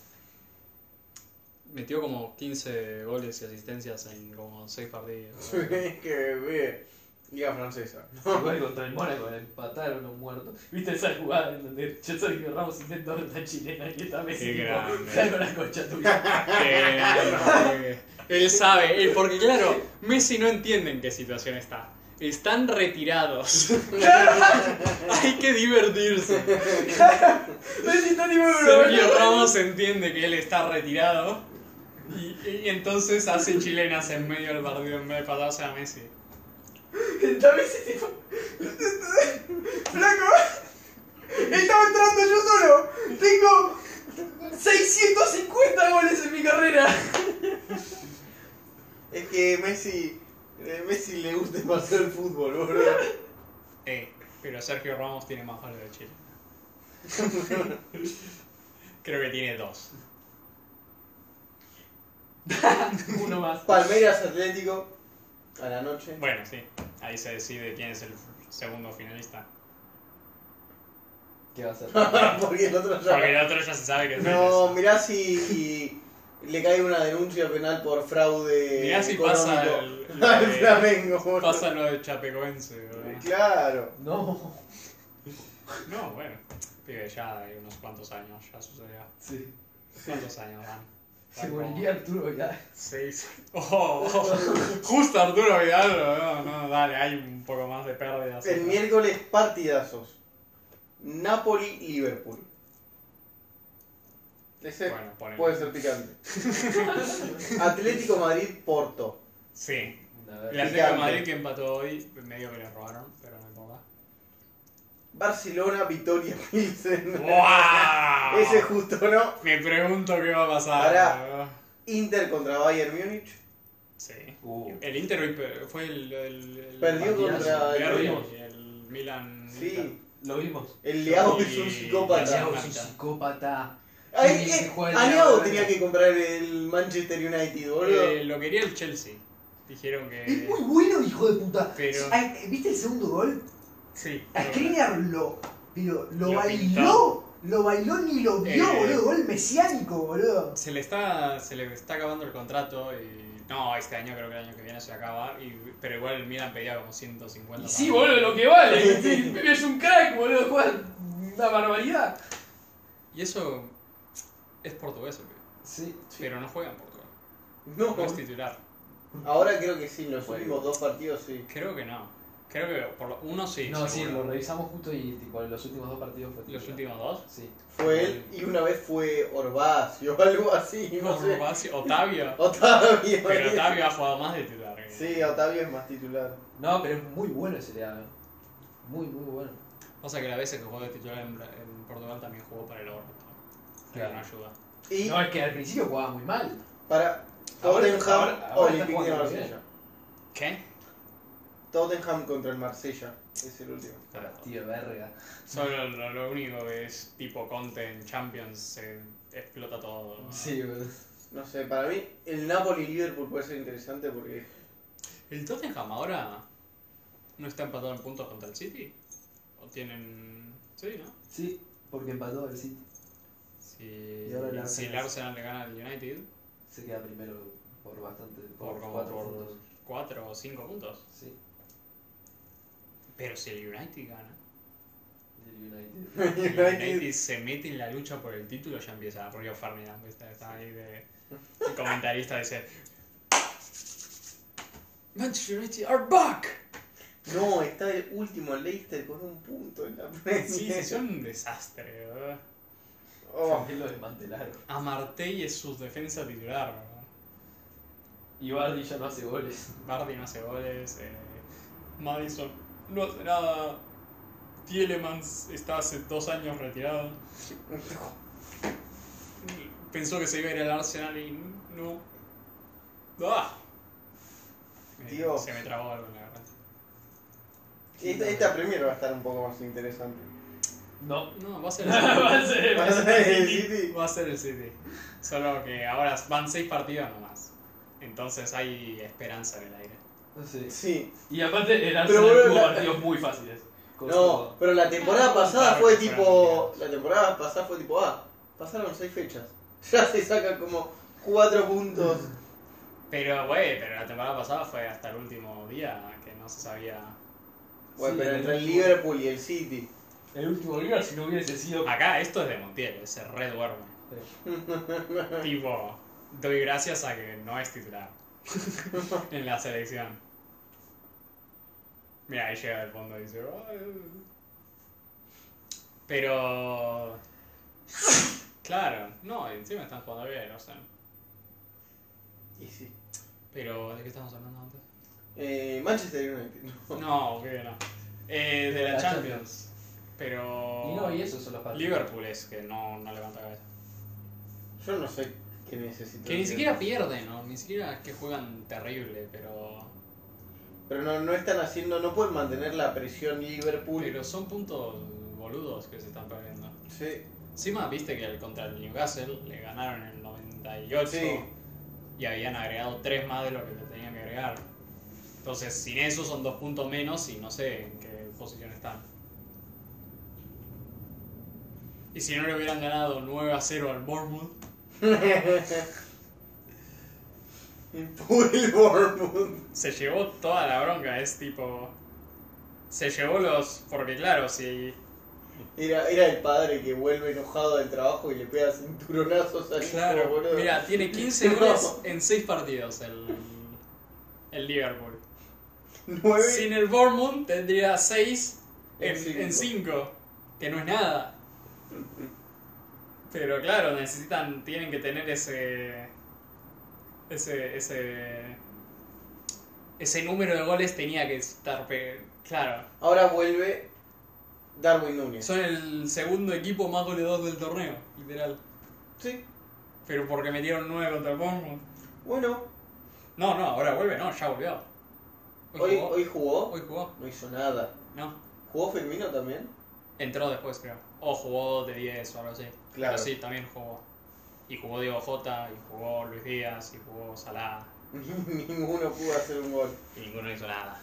Metió como 15 goles y asistencias en como 6 partidos.
Sí, es que ve. Liga francesa.
Igual contra el Mónaco le empataron los muertos. ¿Viste esa jugada en donde Sergio Ramos intentó la chilena y está Messi?
Qué
tipo,
grande.
"Salgo la concha tuya.
Eh, él sabe, él- porque claro, Messi no entiende en qué situación está. Están retirados. Hay que divertirse.
Messi está tipo
Sergio Ramos entiende que él está retirado. Y, y entonces hace chilenas en medio del partido en vez de pasarse a Messi.
Está Messi tipo. ¡Flaco! ¡Estaba entrando yo solo! ¡Tengo 650 goles en mi carrera!
Es que Messi. eh, Messi le gusta demasiado el fútbol, boludo.
Eh, pero Sergio Ramos tiene más goles de Chile. Creo que tiene dos.
Uno más.
Palmeiras Atlético. A la noche.
Bueno, sí. Ahí se decide quién es el segundo finalista.
¿Qué va a hacer?
Ah, Porque el otro ya.
Porque el otro ya se sabe que es
No,
Vélez.
mirá si. Le cae una denuncia penal por fraude.
Mirá si
económico
pasa el-
al
el-
Flamengo, boludo.
Pasa lo de Chapecoense, ¿verdad?
Claro.
No.
No, bueno. Pibe, ya hay unos cuantos años, ya sucedió.
Sí.
¿Cuántos años van?
Se moriría Arturo ya.
Seis. Oh, oh, justo Arturo Vidal, no, no, dale, hay un poco más de pérdidas.
El miércoles partidazos. Napoli-Liverpool. Ese
Bueno, ponele.
puede ser picante. Atlético Madrid-Porto.
Sí.
A
El
ver.
Atlético de
Picante.
Madrid que empató hoy, medio que le robaron, pero no importa.
Barcelona-Vitoria-Pilsen.
¡Wow!
Ese justo, ¿no?
Me pregunto qué va a pasar.
Pará.
¿verdad?
Inter contra Bayern Múnich.
Sí.
Uh.
El Inter hoy pe- fue el. el, el
Perdió
partidazo,
contra el
Berri
Torino.
y el Milan. Inter.
Sí.
Lo vimos.
El Leao es
Y-
un
Leao.
psicópata.
Santiago es un psicópata.
Ay,
Sí,
eh,
juega el
a
Leao,
Leao
eh.
tenía que comprar el Manchester United, boludo.
Eh, lo quería el Chelsea. Dijeron
Es
que.
muy bueno, hijo de puta.
Pero-
Ay, ¿Viste el segundo gol?
Sí.
A Skriniar lo. Pero lo,
Lo
bailó.
pintó.
Lo bailó ni lo vio,
Eh.
boludo. Gol mesiánico, boludo.
Se le está se le está acabando el contrato y no, este año creo que el año que viene se acaba, y- pero igual el Milan pedía como 150.
Y sí,
más.
boludo, lo que vale. Sí, es un crack, boludo, juega una barbaridad.
Y eso es portugués, el pibe.
Sí.
pero no juega en Portugal.
No,
No es titular.
ahora creo que sí, en los últimos dos partidos sí.
Creo que no. Creo que por lo- uno sí.
No, sí, lo
seguro.
revisamos justo y tipo en los últimos dos partidos fue
los
titular.
últimos dos.
Sí.
Fue él y una vez fue Orbacio o algo así, no sé.
Urbasi- Otavio.
Otavio.
Pero Otavio ha jugado más de titular. que-
Sí, Otavio es más titular.
No, pero es muy bueno ese Leao. eh. Muy, muy bueno.
Pasa que las veces que jugó de titular en, Bra- en Portugal también jugó para el Everton. Claro.
Claro.
No ayuda.
Y
No, es que al principio jugaba muy mal.
para
Ahora-
Tottenham,
ahora- ahora está
Olympique de
jugando muy
Marsella.
¿Qué?
Tottenham contra el Marsella, es el último.
Tío, verga.
Solo lo, lo único que es tipo Conte en Champions se explota todo. ¿no?
Sí, boludo.
No sé, para mí el Napoli-Liverpool puede ser interesante porque
¿El Tottenham ahora no está empatado en puntos contra el City? ¿O tienen.? Sí, ¿no?
Sí, porque empató el City.
Si,
Y ahora el
si el
Arsenal.
Arsenal le gana al United
Se queda primero por bastante. Por,
por como
cuatro
por
puntos.
4 o 5 puntos.
Sí,
Pero si el United gana,
del United.
el
United
United se mete en la lucha por el título, ya empieza Río Ferdinand. Está, está ahí de el comentarista dice: Manchester United are back.
No, está el último el Leicester con un punto en la Premier.
Sí, sí, son un desastre. ¿verdad?
Oh,
También lo desmantelaron.
Amartey es su defensa titular. ¿verdad?
Y Bardi ya no hace goles.
Bardi no hace goles, eh, Madison no hace nada, Tielemans está hace dos años retirado. Pensó que se iba a ir al Arsenal y no. ¡Ah! Eh,
Dios.
Se me trabó algo en la garganta.
esta, esta Premier va a estar un poco más interesante.
No.
No, va a ser el City.
Va a ser el City.
va a ser el City. Solo que ahora van seis partidos nomás. Entonces hay esperanza en el aire.
Sí.
Sí.
Y aparte, el
Pero
Arsenal
boludo,
tuvo
la-
partidos muy fáciles. Con
No,
todo.
pero la
Ah,
temporada pasada
Claro,
fue
claro,
tipo.
claro.
La temporada pasada fue tipo. Ah, pasaron seis fechas. Ya se sacan como cuatro puntos.
Pero, güey, pero la temporada pasada fue hasta el último día que no se sabía.
Bueno,
Sí,
pero
el
entre el
último.
Liverpool y el City.
El último lugar, si no hubiese sido.
Acá esto es de Montiel, ese red duerme. tipo, doy gracias a que no es titular en la selección. Mira, ahí llega el fondo y dice. "Ay". Pero. Claro, no, encima están jugando bien, o sea.
Y sí.
Pero, ¿de qué estamos hablando antes?
Eh, Manchester United.
No, que no. Eh, de la,
La
Champions. Pero.
Y no, y esos son los partidos.
Liverpool es que no, no levanta cabeza.
Yo no sé qué necesito.
Que ni siquiera pierden, ¿no? Ni siquiera es que juegan terrible, pero.
Pero no, no están haciendo. No pueden mantener la presión Liverpool.
Pero son puntos boludos que se están perdiendo.
Sí.
Encima, viste que el- contra el Newcastle le ganaron en el 98
Sí.
y habían agregado 3 más de lo que le tenían que agregar. Entonces, sin eso son 2 puntos menos y no sé en qué posición están. Y si no le hubieran ganado 9 a 0 al Bournemouth,
Por el Bournemouth.
se llevó toda la bronca. Es tipo. Se llevó los. Porque, claro, si.
Era, era el padre que vuelve enojado del trabajo y le pega cinturonazos al hijo,
Claro,
boludo.
mira, tiene 15
No.
goles en 6 partidos el, el Liverpool.
Nueve.
Sin el Bournemouth tendría 6
En
en
cinco.
5, que no es nada. Pero claro, necesitan, tienen que tener ese. Ese. Ese. Ese número de goles tenía que estar. pe- Claro.
Ahora vuelve Darwin Núñez.
Son el segundo equipo más goleador del torneo, literal.
Sí,
Pero porque metieron 9 contra el Bournemouth.
bueno,
No, no, ahora vuelve, no, ya volvió.
hoy,
jugó.
hoy jugó,
Hoy jugó.
no hizo nada.
No,
¿Jugó Firmino también?
entró después, creo. O jugó de 10 o algo así.
Claro.
Pero sí, también jugó. Y jugó Diego Jota, y jugó Luis Díaz, y jugó Salah.
Ninguno pudo hacer un gol.
Y ninguno hizo nada.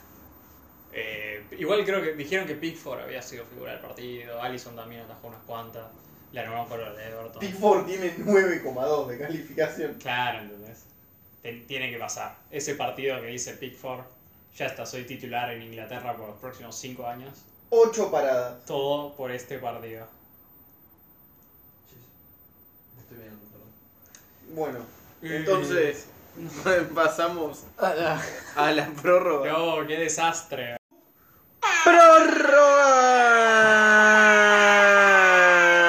Eh, igual creo que dijeron que Pickford había sido figura del partido. Allison también atajó unas cuantas. La nueva color de Everton.
Pickford tiene 9,2 de calificación.
Claro, ¿entendés? Te- tiene que pasar. Ese partido que dice Pickford, ya está, soy titular en Inglaterra por los próximos 5 años.
8 paradas.
Todo por este partido.
Me estoy mirando, perdón.
Bueno, entonces pasamos a la, a la prórroga.
No, qué desastre.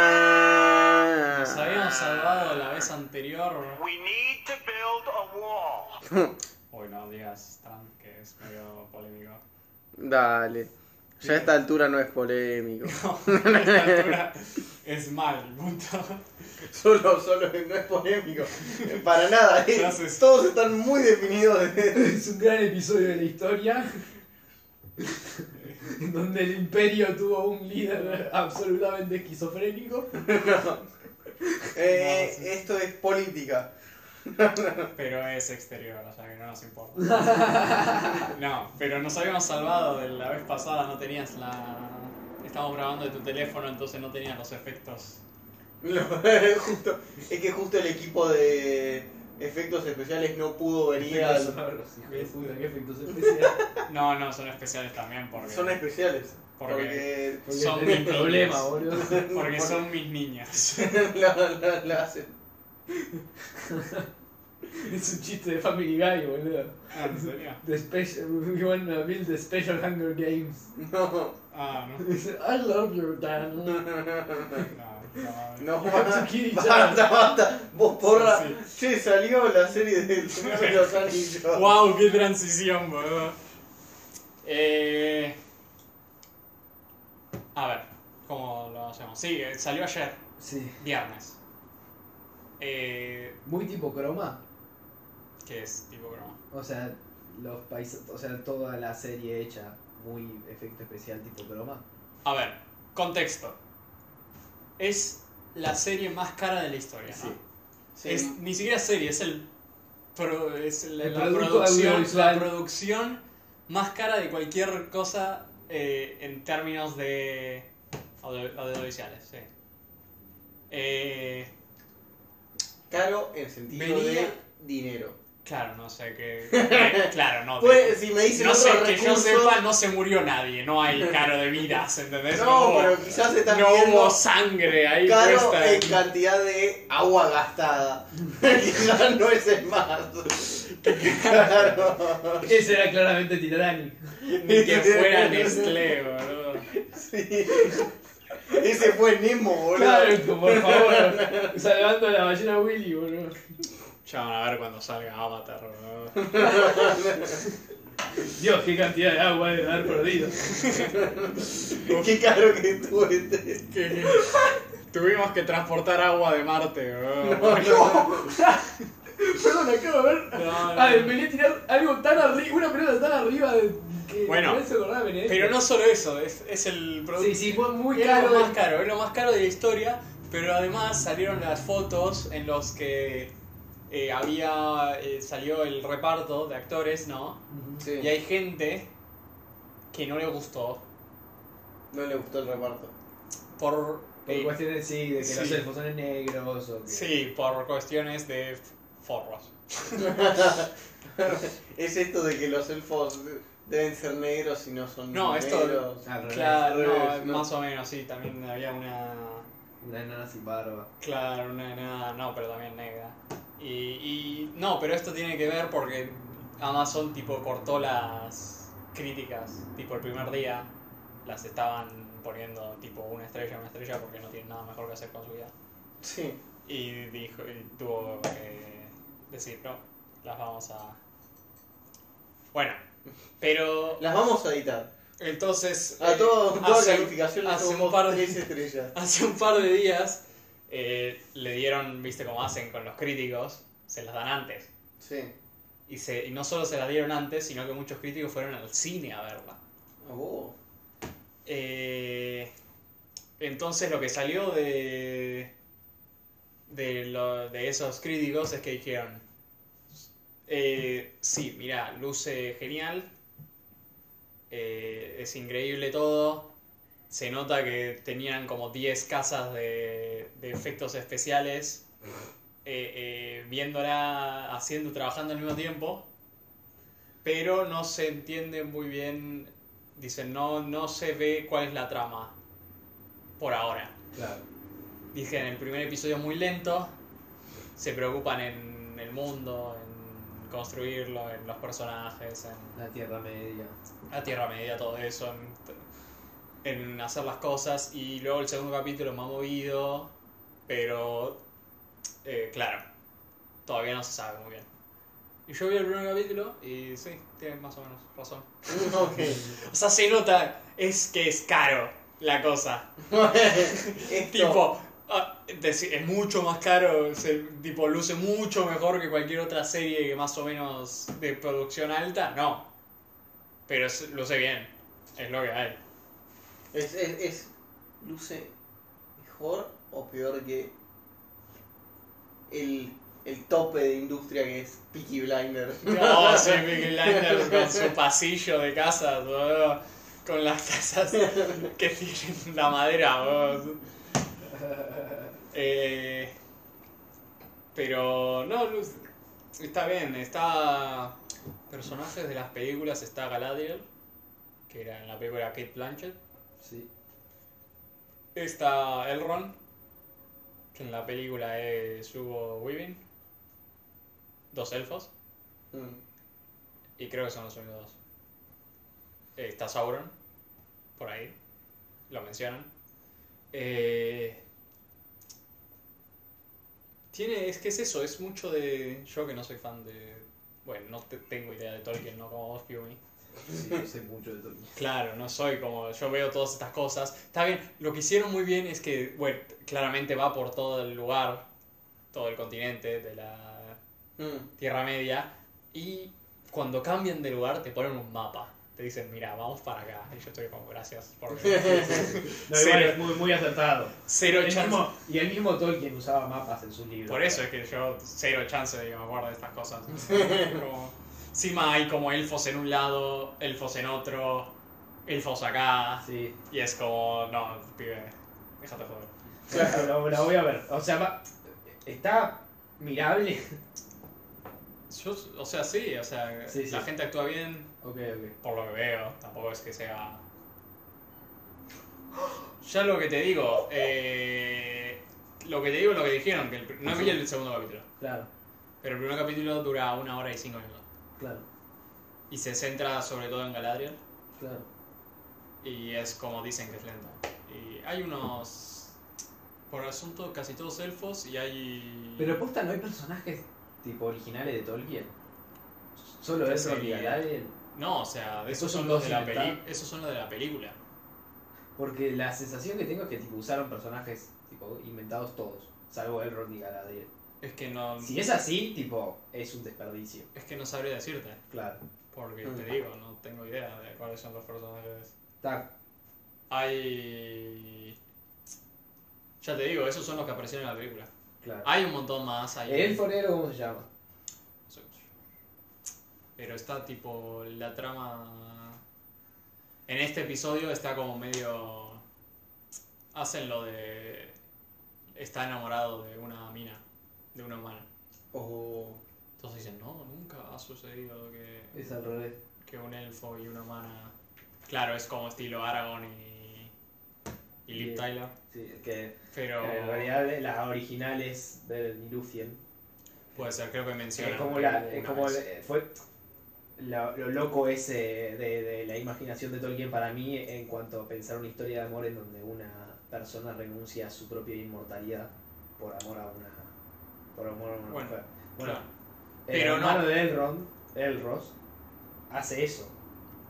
¡Prórroga!
Nos habíamos salvado la vez anterior.
We need to build a wall.
Uy, no digas Trump, que es medio polémico.
Dale. Ya a esta altura no es polémico.
A esta altura es mal, punto.
Solo, solo no es polémico. Para nada. eh.
Gracias.
Todos están muy definidos. de-
Es un gran episodio de la historia. en donde el imperio tuvo un líder absolutamente esquizofrénico.
Eh,
No, sí.
Esto es política.
Pero es exterior, o sea que no nos importa. No, pero nos habíamos salvado de la vez pasada, no tenías la. Estábamos grabando de tu teléfono, entonces no tenías los efectos.
Lo- justo, es que justo el equipo de efectos especiales no pudo venir
Efectos
al...
sonoros, hijo de puta, qué efectos especiales.
No, no, son especiales también porque.
Son especiales.
porque,
Porque...
Porque
Son
tenés
mi
problema,
niñez.
boludo.
porque son mis niñas.
la, la- la hacen.
Es un chiste de Family Guy, boludo.
Ah, ¿En serio?
The special, we wanna build the special Hunger Games.
No.
Ah, no.
I love your dad.
No, no.
No,
We have to
basta,
kill each other.
basta, basta. Vos porra.
Sí,
Che, salió la serie del Señor de los Anillos.
¡Wow! ¡Qué transición, boludo! Eh... A ver, ¿cómo lo hacemos? Sí, eh, salió ayer,
Sí.
viernes. Eh,
Muy tipo croma.
¿Qué es tipo croma?
O sea, los países, o sea, toda la serie hecha muy efecto especial tipo croma.
A ver, contexto. Es la serie más cara de la historia, ¿no?
Sí.
Sí.
Es, ni siquiera serie, es el. pro- es la,
El
la
producto
producción, la
audiovisual.
producción más cara de cualquier cosa eh, en términos de. audio- audiovisuales, sí. Eh,
Caro en sentido
Venía-
de dinero.
claro, no sé qué. claro, no.
Pues, si me dicen
no
otro
sé, que yo
recurso-
sepa, no se murió nadie, no hay caro de vidas, ¿entendés?
No,
hubo-
pero quizás se están
no hubo
viendo
sangre ahí
caro
puesta.
en cantidad de agua gastada. Quizás no es el más. Claro.
Ese era claramente Titanic.
Ni que fuera este. Nestlé, boludo.
Sí. Ese fue Nemo, boludo.
Claro, por favor. Salvando a la ballena Willy, boludo.
Ya van a ver cuando salga Avatar, boludo.
Dios, qué cantidad de agua debe haber perdido.
Qué caro que estuvo este.
que tuvimos que transportar agua de Marte, weón.
Perdón, acabo de ver.
No, no.
Ah, me venía a tirar algo tan arriba, una pelota tan arriba de que
Bueno,
me hace acordar a Benedetto.
Pero no solo eso, es, es el producto.
Sí, sí, fue muy
es
caro.
lo más caro, es lo más caro de la historia, pero además salieron las fotos en los que eh, había eh, salió el reparto de actores, ¿no? Y hay gente que no le gustó
No le gustó el reparto.
por
Por
eh,
cuestiones, sí, de que los
Sí.
elfos son negros o que...
sí, por cuestiones de forros.
es esto de que los elfos deben ser negros y no son
No, Ah. esto-
negros.
Al revés,
Claro,
al
no,
revés, ¿no?
más o menos, sí, también había una
una enana sin barba.
Claro, una nada, no, pero también negra. Y, y- no, pero esto tiene que ver porque Amazon tipo cortó las críticas, tipo el primer día las estaban poniendo tipo una estrella, una estrella porque no tienen nada mejor que hacer con su vida.
Sí.
Y dijo, y tuvo que decir, no, las vamos a... Bueno, pero
Las vamos a editar.
entonces...
A
eh,
todo, toda
hace-
calificación le
hace un
somos
par de-
tres estrellas.
Hace un par de días eh, le dieron, viste cómo hacen con los críticos, se las dan antes.
Sí.
Y, se, y no solo se las dieron antes, sino que muchos críticos fueron al cine a verla.
A vos.
Eh, entonces lo que salió de, de, lo- de esos críticos es que dijeron, eh, sí, mirá, luce genial, eh, es increíble todo, se nota que tenían como 10 casas de, de efectos especiales eh, eh, viéndola haciendo, trabajando al mismo tiempo, pero no se entiende muy bien, dicen, no, no se ve cuál es la trama por ahora.
Claro.
Dije, en el primer episodio es muy lento, se preocupan en el mundo, en construirlo, en los personajes, en
La Tierra Media.
la Tierra Media, todo eso, en, en hacer las cosas. Y luego el segundo capítulo me ha movido, pero eh, claro, todavía no se sabe muy bien. Y yo vi el primer capítulo y sí, tienen más o menos razón.
Ok.
O sea, se nota, es que es caro la cosa.
Esto-
Tipo, ah, es decir, es mucho más caro, se- tipo, luce mucho mejor que cualquier otra serie que más o menos de producción alta, no. Pero es- luce bien, es lo que hay.
Es, es, es- ¿Luce mejor o peor que el, el tope de industria que es Peaky Blinder?
No, sí, Peaky Blinders con su pasillo de casas, boludo, con las casas que tienen la madera. boludo. Eh, pero no, Luz, está bien, está... Personajes de las películas está Galadriel, que era en la película Kate Blanchett.
Sí.
Está Elrond, que en la película es Hugo Weaving. Dos elfos.
Mm.
Y creo que son los únicos dos. Eh, Está Sauron, por ahí, lo mencionan. Eh, tiene, es que es eso, es mucho de... Yo que no soy fan de... Bueno, no te- tengo idea de Tolkien, no como vos, Piumi.
Sí, yo sé mucho de todo.
Claro, no soy como... Yo veo todas estas cosas. Está bien, lo que hicieron muy bien es que, bueno, claramente va por todo el lugar, todo el continente de la
Mm.
Tierra Media y cuando cambian de lugar te ponen un mapa. Te dicen, mira, vamos para acá. Y yo estoy como, gracias. Porque
No, igual
Cero.
es muy, muy acertado.
cero
El
chance.
mismo- y el mismo Tolkien usaba mapas en sus libros.
Por eso es que yo cero chance de que me acuerde de estas cosas. Como- encima hay como elfos en un lado, elfos en otro, elfos acá.
Ah, Sí,
Y es como, no, pibe, déjate joder.
claro, lo- la voy a ver. O sea, va- está mirable.
Yo, o sea, sí, o sea,
Sí,
la
sí.
gente actúa bien,
Ok, ok.
por lo que veo, tampoco es que sea. Ya lo que te digo, eh, lo que te digo es lo que dijeron, que el pr- no vi el segundo capítulo,
Claro,
pero el primer capítulo dura una hora y cinco minutos
claro,
y se centra sobre todo en Galadriel
claro.
y es como dicen que es lento. Y hay unos, por asunto, casi todos elfos y hay.
Pero posta, no hay personajes tipo originales de Tolkien. Solo
¿Qué
Elrond y
sería?
Galadriel.
no, o sea, de esos
Esos son
son los de
dos
la
inventados.
peli, esos son los de la película.
Porque la sensación que tengo es que tipo, usaron personajes tipo, inventados todos, salvo Elrond y Galadriel.
Es que no,
Si es así, tipo, es un desperdicio.
es que no sabría decirte,
Claro.
porque
Mm.
te digo, no tengo idea de cuáles son los personajes.
Está.
Hay. Ya te digo, esos son los que aparecieron en la película.
Claro.
Hay un montón más. Hay
¿El forero cómo se llama?
Pero está tipo la trama. En este episodio está como medio. Hacen lo de. Está enamorado de una mina, de una humana.
O
Entonces dicen, no, nunca ha sucedido que,
Es al revés.
que un elfo y una humana. Claro, es como estilo Aragorn y. y Liv
Bien.
Tyler.
Sí, que
Pero.
en realidad la original es del Nilufien.
Puede ser, creo que menciona.
es como, la, es como el- fue la- lo loco ese de, de la imaginación de Tolkien para mí en cuanto a pensar una historia de amor en donde una persona renuncia a su propia inmortalidad por amor a una por amor a una
Bueno,
mujer.
Claro.
el
pero
hermano
no.
de Elrond, Elros, hace eso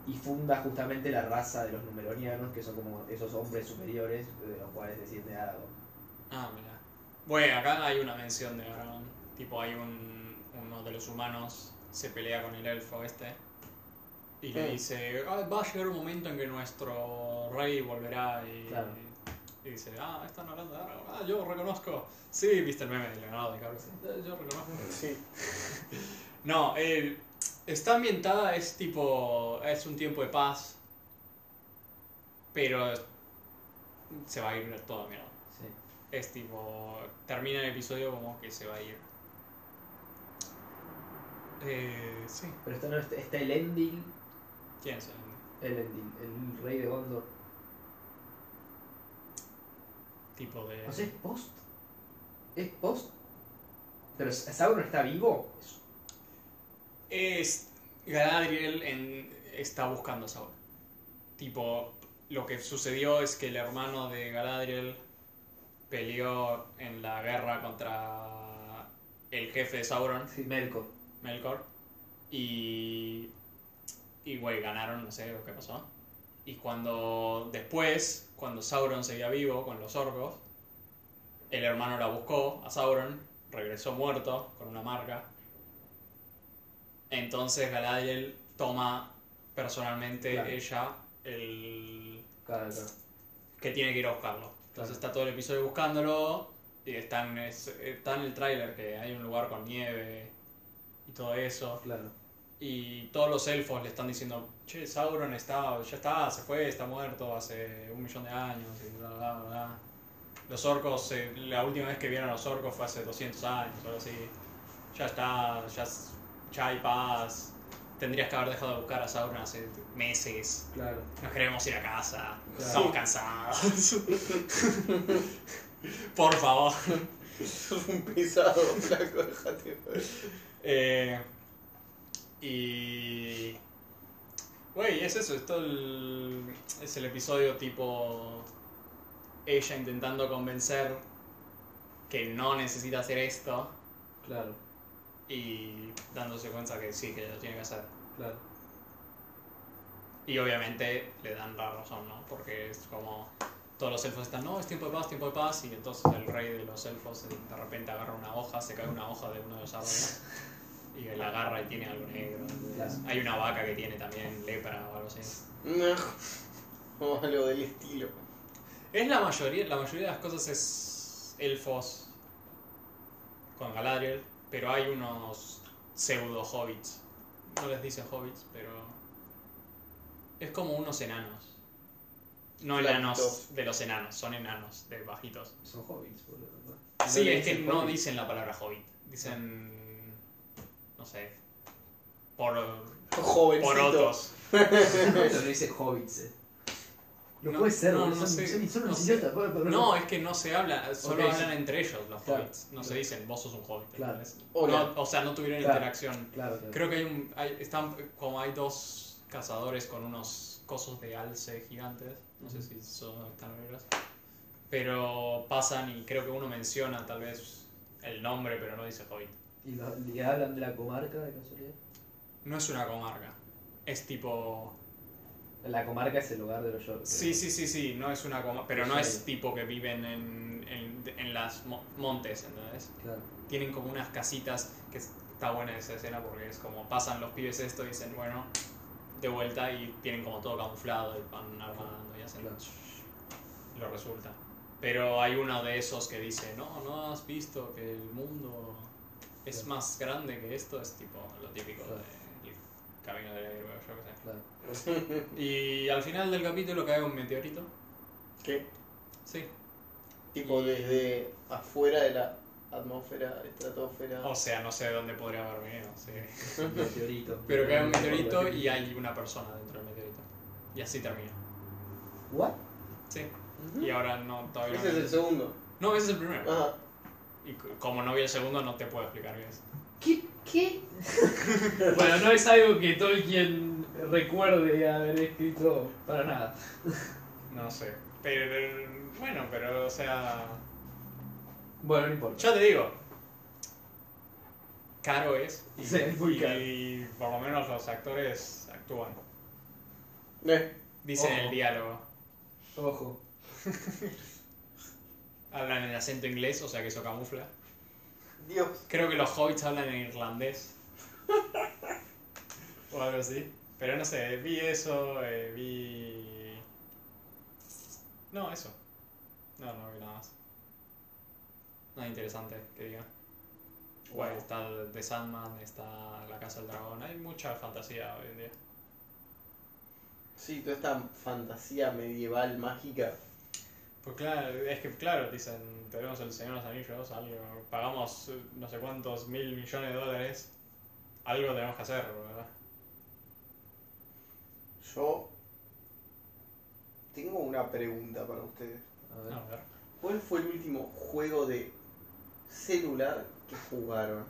y funda justamente la raza de los Numeronianos, que son como esos hombres superiores de los cuales desciende Aragorn.
Ah, mira. Bueno, acá hay una mención de Aragorn. Tipo, hay un, uno de los humanos se pelea con el elfo este. Y le
Sí.
dice, "Ah, va a llegar un momento en que nuestro rey volverá y...
Claro.
Y dice, ah, están hablando de Aragorn. Ah, yo reconozco. Sí, viste el meme de Leonardo DiCaprio. Sí, eh, Yo reconozco.
Sí.
No, el- está ambientada, es tipo. Es un tiempo de paz. Pero se va a ir toda mierda.
Sí.
Es tipo, termina el episodio como que se va a ir. Eh, sí,
Pero esto no está, está el Endil.
¿quién es?
El Endil, el rey de Gondor.
Tipo de...
O sea, es post. Es post. Pero Sauron está vivo. Es-
Es Galadriel en- está buscando a Sauron. Tipo, lo que sucedió es que el hermano de Galadriel peleó en la guerra contra el jefe de Sauron,
Sí, Melkor.
Melkor, y. Y, güey, ganaron, no sé lo que pasó. Y cuando. Después, cuando Sauron seguía vivo con los orcos, el hermano la buscó a Sauron, regresó muerto con una marca. Entonces Galadriel toma personalmente
Claro.
ella el.
Claro, claro.
que tiene que ir a buscarlo. Entonces
Claro.
está todo el episodio buscándolo y está en, es- está en el tráiler que hay un lugar con nieve y todo eso.
claro.
Y todos los elfos le están diciendo, che, Sauron está, ya está, se fue, está muerto hace un millón de años y bla, bla, bla, bla. Los orcos, eh, la última vez que vieron a los orcos fue hace 200 años, o algo así. Ya está, ya, s- ya hay paz. Tendrías que haber dejado de buscar a Sauron hace meses.
Claro.
Nos queremos ir a casa.
Claro.
Estamos cansados. Por favor.
Sos un pesado, flaco, déjate joder.
Eh, y. Güey, es eso, es todo el. Es el episodio tipo. Ella intentando convencer que no necesita hacer esto
Claro.
y dándose cuenta que sí, que lo tiene que hacer.
Claro.
Y obviamente le dan la razón, ¿no? Porque es como. Todos los elfos están, no, es tiempo de paz, tiempo de paz, y entonces el rey de los elfos eh, de repente agarra una hoja, se cae una hoja de uno de los árboles, y la agarra y tiene algo negro.
Claro.
Hay una vaca que tiene también lepra o algo así.
No. O algo del estilo.
Es la mayoría, la mayoría de las cosas es elfos con Galadriel, pero hay unos pseudo hobbits. No les dicen hobbits, pero es como unos enanos. No
Flaquitos.
enanos de los enanos, son enanos de bajitos.
Son hobbits, boludo. ¿no?
Sí,
le
es que
dicen
no
hobbit.
dicen la palabra hobbit, dicen no sé, por
Jovencito.
por otros.
Pero no dice hobbits, eh. No,
No,
puede ser,
no,
boludo.
no
son,
sé,
son- son
no
unos
sé.
idiotas. boludo, pero
No, es que no se habla, solo
Ok, sí.
hablan entre ellos los
Claro.
hobbits. No se dicen, vos sos un hobbit.
Claro.
¿entendés?
Hola.
No, o sea, no tuvieron
Claro.
interacción.
Claro, claro.
Creo que hay un. hay- están como hay dos cazadores con unos cosos de alce gigantes. No sé si son están negros. Pero pasan y creo que uno menciona tal vez el nombre, pero no dice hobbit.
¿Y, lo- y hablan de la comarca de casualidad?
No es una comarca. Es tipo.
La comarca es el hogar de los yorkes.
Sí, sí, sí, sí, no es una comarca. Pero
Es
no
ahí.
es tipo que viven en, en, en las mo- montes, ¿entendés?
Claro.
tienen como unas casitas que está buena esa escena porque es como pasan los pibes esto y dicen bueno de vuelta y tienen como todo camuflado y van armando y hacen
Claro.
y lo resulta pero hay uno de esos que dice no no has visto que el mundo es
Claro.
más grande que esto es tipo lo típico
Claro.
del camino del héroe yo qué sé
Claro.
y al final del capítulo cae un meteorito
¿Qué?
sí
Tipo desde afuera de la atmósfera, estratosfera.
o sea no sé de dónde podría haber venido sí
Un meteorito.
Pero cae un meteorito y hay una persona dentro del meteorito. Y así termina.
¿What?
Sí. Y ahora no, todavía
Ese es el
no.
segundo.
No, ese es el primero.
Ah,
Y c- como no vi el segundo, no te puedo explicar qué es.
¿Qué? ¿Qué? bueno, no es algo que Tolkien recuerde haber escrito para nada.
No sé. Pero. Bueno, pero, o sea.
Bueno, no importa.
Ya te digo. Caro es. Y,
Sí, muy
y-
caro.
y por lo menos los actores actúan.
eh,
Dicen
Ojo.
el diálogo.
Ojo.
Hablan en acento inglés, o sea que eso camufla.
Dios.
Creo que los hobbits hablan en irlandés. o algo así. Pero no sé, vi eso, eh, vi... No, eso. No, no vi nada más. Nada interesante que diga. Guay, está The Sandman, está La Casa del Dragón. Hay mucha fantasía hoy en día.
Sí, toda esta fantasía medieval mágica.
Pues claro, es que claro, dicen, tenemos el Señor de los Anillos, algo, pagamos eh, no sé cuántos mil millones de dólares, algo tenemos que hacer, ¿verdad?
Yo tengo una pregunta para ustedes.
A ver.
No, a ver.
¿Cuál fue el último juego de celular que jugaron?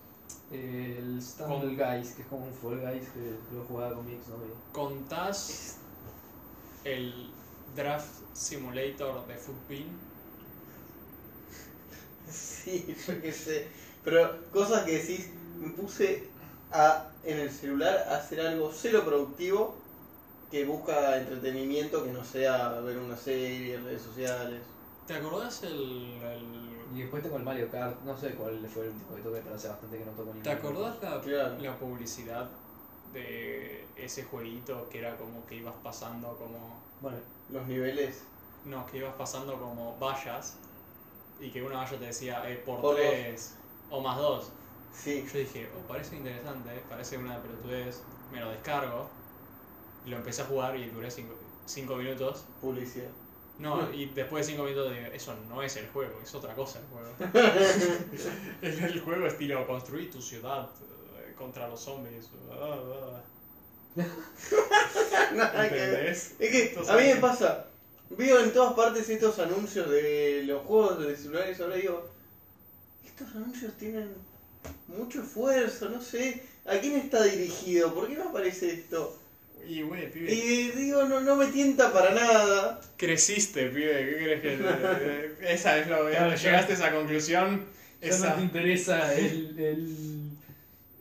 El Stumble Guys, que es como un Fall Guys que lo jugaba con mi exnovia.
¿Contás el Draft Simulator de Footpin?
Sí, yo qué sé. Pero cosas que decís, me puse a, en el celular a hacer algo cero productivo que busca entretenimiento que no sea ver una serie, redes sociales.
¿Te acordás el, el-
Y después tengo el Mario Kart, no sé cuál fue el último que toqué, pero hace bastante que no toco ninguno.
¿Te acordás la,
Claro.
La publicidad de ese jueguito que era como que ibas pasando como...
Bueno,
Los niveles.
No, que ibas pasando como vallas y que una valla te decía eh, por,
Por dos.
tres o más dos.
Sí.
Yo dije, oh, parece interesante, parece una pelotudez, me lo descargo. Y lo empecé a jugar y duré 5 minutos.
Publicidad.
No, y después de 5 minutos dije, eso no es el juego, es otra cosa el juego. el, el juego estilo construir tu ciudad eh, contra los zombies. ah, ah.
Nada que ver.
¿Entendés?
Es que a mí me pasa, veo en todas partes estos anuncios de los juegos de celulares ahora y digo, estos anuncios tienen mucho esfuerzo, no sé, ¿a quién está dirigido? ¿Por qué me aparece esto?
Y güey, pibe,
Y digo, no, no me tienta para nada.
creciste, pibe, ¿qué crees que.? eh, esa es lo. llegaste a esa conclusión.
ya
Esa.
no te interesa el. el.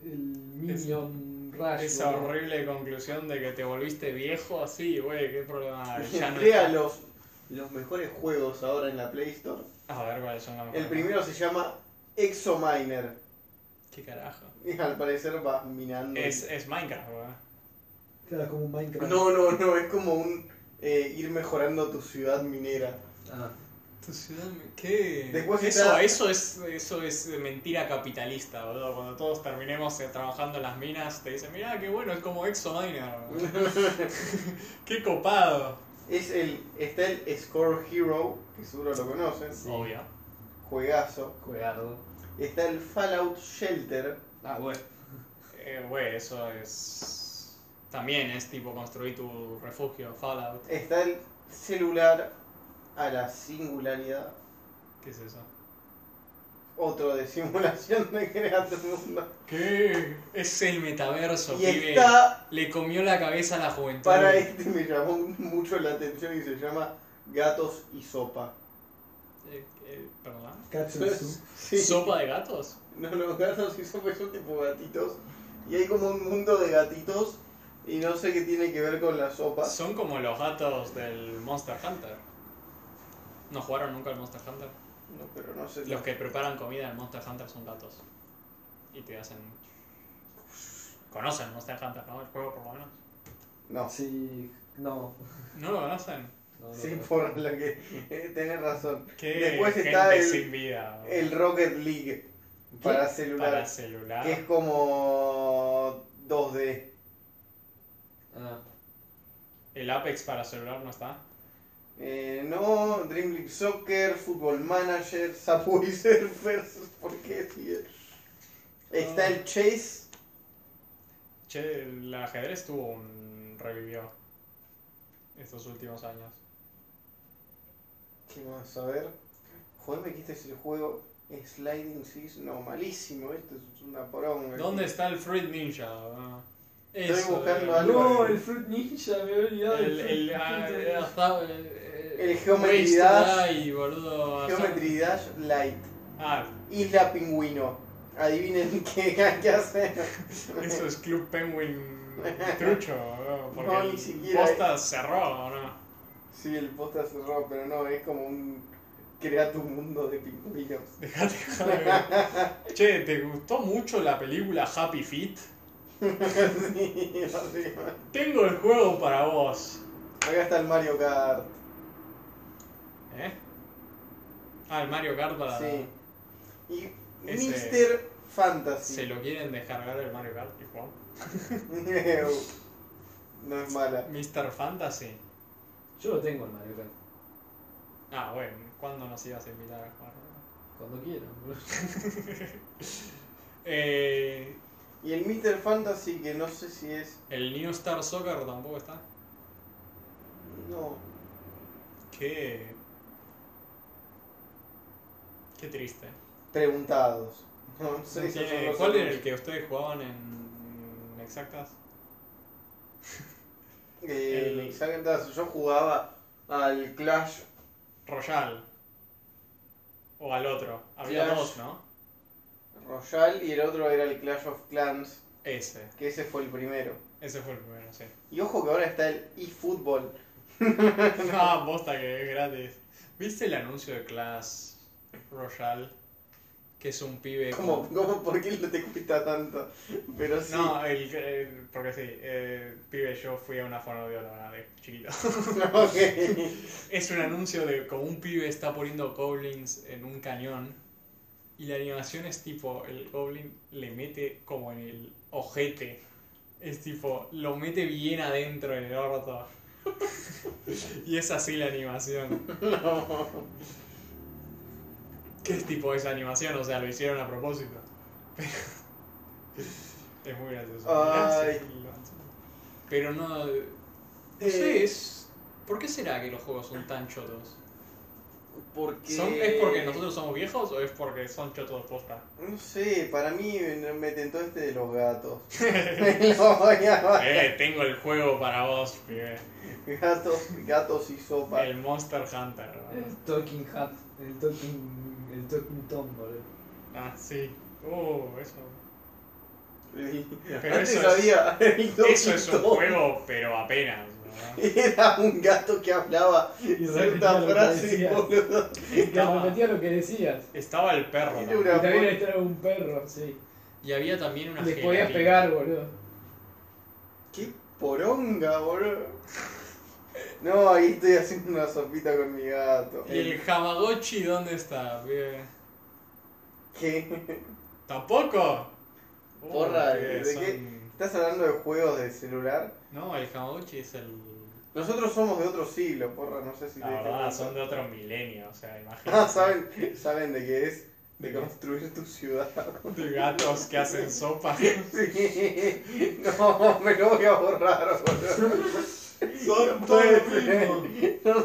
el Minion Rush.
Esa
boludo.
horrible conclusión de que te volviste viejo así, güey, qué problema. hay? Ah, Ya no
Entré a
está.
los, los mejores juegos ahora en la Play Store.
A ver cuáles son las
El
mejores.
primero se llama Exominer.
¿Qué carajo?
Y al parecer vas minando. y-
Es, es Minecraft, güey.
Claro, como un Minecraft.
No, no, no, es como un eh, ir mejorando tu ciudad minera.
Ah,
Tu ciudad me- ¿Qué?
Después
eso,
está-
eso, es, eso es mentira capitalista, boludo. Cuando todos terminemos eh, trabajando en las minas, te dicen, mirá, qué bueno, es como Exominer. qué copado.
Es el, está el Score Hero, que seguro lo conocen,
Obvio.
juegazo.
juegardo.
Está el Fallout Shelter,
Ah, bueno.
Eh, güey, eso es... También es tipo construir tu refugio, Fallout.
está el celular a la singularidad,
¿Qué es eso?
otro de simulación de crear tu mundo.
¿Qué? Es el metaverso,
Y
pibe.
está,
Le comió la cabeza a la juventud. Eh,
para este me llamó mucho la atención y se llama Gatos y Sopa.
Eh, eh, ¿Perdón?
Katsusu.
Sí.
¿Sopa de gatos?
No, no, gatos y sopa son tipo gatitos. Y hay como un mundo de gatitos y no sé qué tiene que ver con la sopa.
Son como los gatos del Monster Hunter. ¿No jugaron nunca al Monster Hunter?
No, pero no sé.
Los que preparan comida en Monster Hunter son gatos. Y te hacen... Conocen Monster Hunter, ¿no? El juego por lo menos.
No.
Sí. No.
No lo conocen.
no, no,
Sí,
no.
por lo que eh, tenés razón.
Qué
Después
gente
está el-
sin vida.
El Rocket League para
para
celular,
celular.
que es como 2D.
Ah,
El Apex para celular no está.
Eh, no, Dream League Soccer, Football Manager, Subway Surfers, ¿por qué, tío? Está el Chase,
Che, el ajedrez tuvo un... revivió. Estos últimos años.
¿qué más? A ver, joder, me quiste el juego Sliding Seas, no, malísimo, esto es una poronga.
¿Dónde está el Fruit Ninja? Ah,
Estoy
eso,
buscando
eh,
algo.
No, el Fruit Ninja, me he olvidado. del
El,
Fruit
el, ah, eh,
Ninja.
hasta- eh,
El
eh,
Geometry
Waste
Dash.
Eye, boludo. hasta-
Geometry Dash Light,
Ah,
Isla Pingüino, adivinen qué hay que hacer.
eso es Club Penguin trucho, boludo, porque
No,
el
ni siquiera
Posta cerró, ¿o ¿no?
Sí, el posta cerró, pero no, es como un. Crea tu mundo de pingüinos.
Dejate joder. Che, ¿te gustó mucho la película Happy Feet?
Sí, arriba.
Tengo el juego para vos.
Acá está el Mario Kart.
¿Eh? Ah, el Mario Kart para...
Sí. Y
Ese-
Mr. Fantasy.
¿Se lo quieren descargar el Mario Kart y jugar?
no es mala.
Mr. Fantasy.
Yo lo tengo el Mario Kart.
Ah, bueno, ¿cuándo nos ibas a invitar a jugar?
Cuando quieran, boludo.
Eh,
Y el Mr. Fantasy, que no sé si es.
el New Star Soccer tampoco está.
No.
Qué. Qué triste.
Preguntados. No, no sé, esos son
Tiene-
los
Eh, ¿Cuál era
otros.
el que ustedes jugaban en exactas?
Eh,
el-
exactas, eh, yo jugaba al Clash.
Royal. O al otro. Había
Clash.
dos, ¿no?
Royal y el otro era el Clash of Clans,
Ese.
que ese fue el primero.
Ese fue el primero, sí.
Y ojo que ahora está el eFootball.
Ah, posta que es gratis. ¿Viste el anuncio de Clash Royale? Que es un pibe.
¿Cómo,
con-
cómo, ¿Por qué no te cuesta tanto? Pero sí.
No, el, el- porque sí, eh, pibe, yo fui a una fonoaudióloga de chiquito.
Ok.
Es un anuncio de como un pibe está poniendo goblins en un cañón y la animación es tipo, el goblin le mete como en el ojete. Es tipo, lo mete bien adentro en el orto. y es así la animación. ¿Qué es tipo esa animación? O sea, lo hicieron a propósito. Pero... es muy gracioso.
Ay.
Pero no... No sé, es... ¿Por qué será que los juegos son tan chotos?
Porque...
¿Son- ¿Es porque nosotros somos viejos o es porque son chotos posta?
No sé, para mí me me tentó este de los gatos. Lo voy a bajar.
Eh, tengo el juego para vos, pibe.
gatos, gatos y sopa.
El Monster Hunter. ¿no?
Eh.
El Talking Hat, el Talking. el Talking Tom, boludo.
Ah, sí. Uh, eso. Pero
Antes
eso es-
había el
Eso es un
Donkey Kong.
juego, pero apenas. ¿no?
Era un gato que hablaba
Y repetía
cierta
lo que
frase,
decía.
boludo.
Y
Ah.
te repetía lo que decías.
Estaba el perro.
Era
también.
Y también estaba un perro, sí.
Y había también una
Les podías
gelatina.
pegar, boludo.
¡Qué poronga, boludo! No, ahí estoy haciendo una sopita con mi gato.
¿Y el Hamagochi dónde está, pibe?
¿Qué?
¿Tampoco? Uh,
Porra,
pibe,
¿de qué? ¿Estás hablando de juegos de celular?
No, el Hamagochi es el.
Nosotros somos de otro siglo, porra, no sé si
La
te diste
verdad,
cuenta.
son de otro milenio, o sea, imagínate.
Ah, ¿saben, saben de qué es? De construir tu ciudad.
De gatos que hacen sopa.
Sí. No, me lo voy a borrar, boludo. Son todos
Pero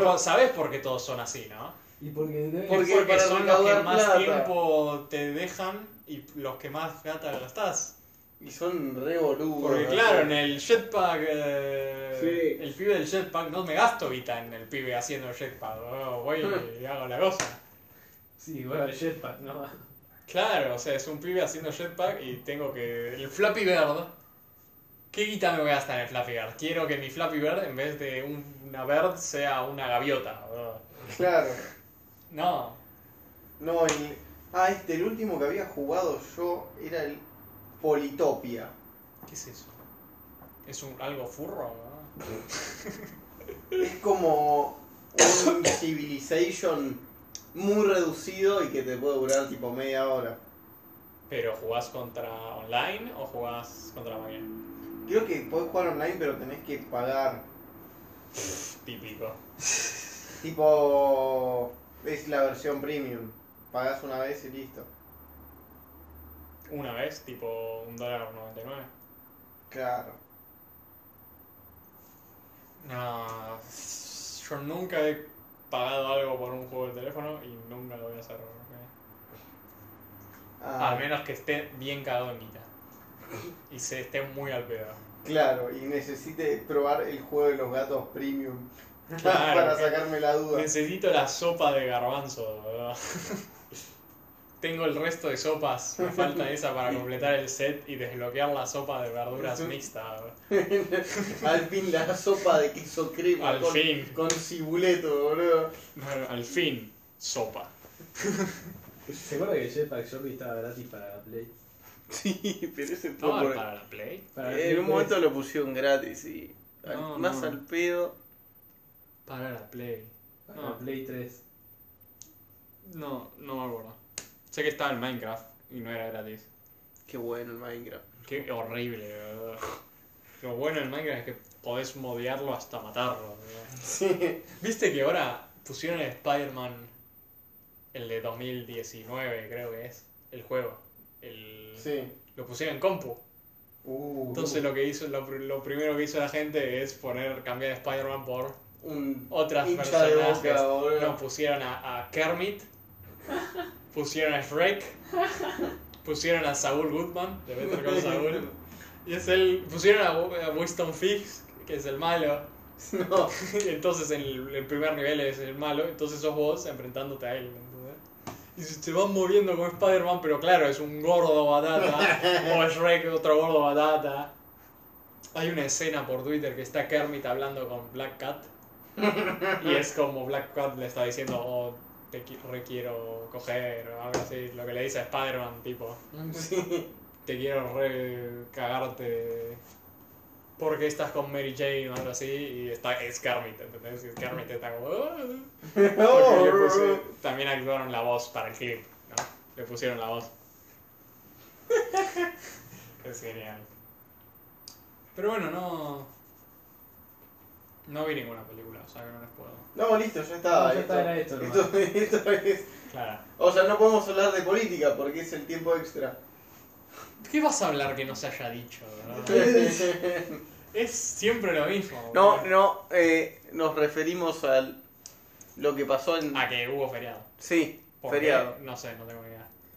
po- sabes por qué todos son así, ¿no?
Y porque te
Es
Porque
porque
para
son los que
recaudar
más
plata.
tiempo te dejan y los que más plata gastás.
Y son re boludos.
Porque claro, en el jetpack, eh,
Sí.
el pibe del jetpack, no me gasto vita en el pibe haciendo jetpack. oh, voy y hago la cosa.
Sí, bueno, el jetpack, no.
Claro, o sea, es un pibe haciendo jetpack y tengo que... El Flappy Bird. ¿Qué guita me voy a gastar en el Flappy Bird? Quiero que mi Flappy Bird, en vez de un- una bird, sea una gaviota. boludo.
Claro.
No,
No, el... Ah, este, el último que había jugado yo era el Politopia.
¿Qué es eso? ¿Es un, algo furro? ¿no?
Es como un Civilization muy reducido y que te puede durar tipo media hora.
¿Pero jugás contra online o jugás contra la máquina?
Creo que podés jugar online pero tenés que pagar.
Típico.
Tipo... Es la versión premium. Pagás una vez y listo.
Una vez, tipo un dólar 99.
Claro.
No, yo nunca he pagado algo por un juego de teléfono y nunca lo voy a hacer. ¿no?
Ah,
A menos que esté bien cagado en guita. Y se esté muy al pedo.
Claro, y necesite probar el juego de los gatos premium.
Claro,
para
que-
sacarme la duda.
Necesito la sopa de garbanzo, ¿verdad? Tengo el resto de sopas, me falta esa para completar el set y desbloquear la sopa de verduras mixta. ¿verdad?
Al fin la sopa de queso crema
Al
con,
fin.
con cibuleto, boludo.
Bueno, al fin, sopa.
¿Se acuerda que el jetpack Jockey estaba gratis para Play?
Sí, pero ese
¿Estaba para la Play?
Para
en un
Play
momento lo pusieron gratis y al-
No,
más
no.
al pedo.
Para la Play.
3, para Play 3.
No, no me acuerdo. Sé que estaba el Minecraft y no era gratis.
Qué bueno el Minecraft.
Qué horrible, ¿verdad? Lo bueno del Minecraft es que podés modearlo hasta matarlo. ¿verdad?
Sí.
Viste que ahora Pusieron el Spider-Man, el de 2019 creo que es, el juego. El,
Sí.
Lo pusieron en compu.
Uh,
Entonces lo que hizo, lo, pr- lo primero que hizo la gente es poner, cambiar a Spider-Man por
un
otras
hincha de
personajes.
boca, boludo.
No, pusieron a, a Kermit, pusieron a Shrek, pusieron a Saúl Goodman, de Better Call Saúl, y es el, pusieron a, Wi- a Winston Fisk, que es el malo,
No.
entonces en el, el primer nivel es el malo, entonces sos vos enfrentándote a él, ¿entendés? Y se se van moviendo con Spider-Man, pero claro, es un gordo batata, o es Shrek, otro gordo batata. Hay una escena por Twitter que está Kermit hablando con Black Cat, y es como Black Cat le está diciendo, oh, te qui- requiero coger, o algo así, lo que le dice a Spider-Man, tipo,
Sí.
te quiero re cagarte porque estás con Mary Jane o algo así y está es Kermit, ¿entendés? Y es Kermit está como "Ah". Porque le puse- también actuaron la voz para el clip, ¿no? Le pusieron la voz. es genial. Pero bueno, no no vi ninguna película, o sea que no les puedo.
No, listo, ya está.
No, ya está, era esto nomás.
esto, esto es.
Claro.
O sea, no podemos hablar de política porque es el tiempo extra.
¿Qué vas a hablar que no se haya dicho, verdad? Es siempre lo mismo.
no,
boludo.
no, eh, nos referimos al. Lo que pasó en.
A Ah, que hubo feriado.
Sí,
¿Por qué?
feriado.
No sé, no tengo ni idea.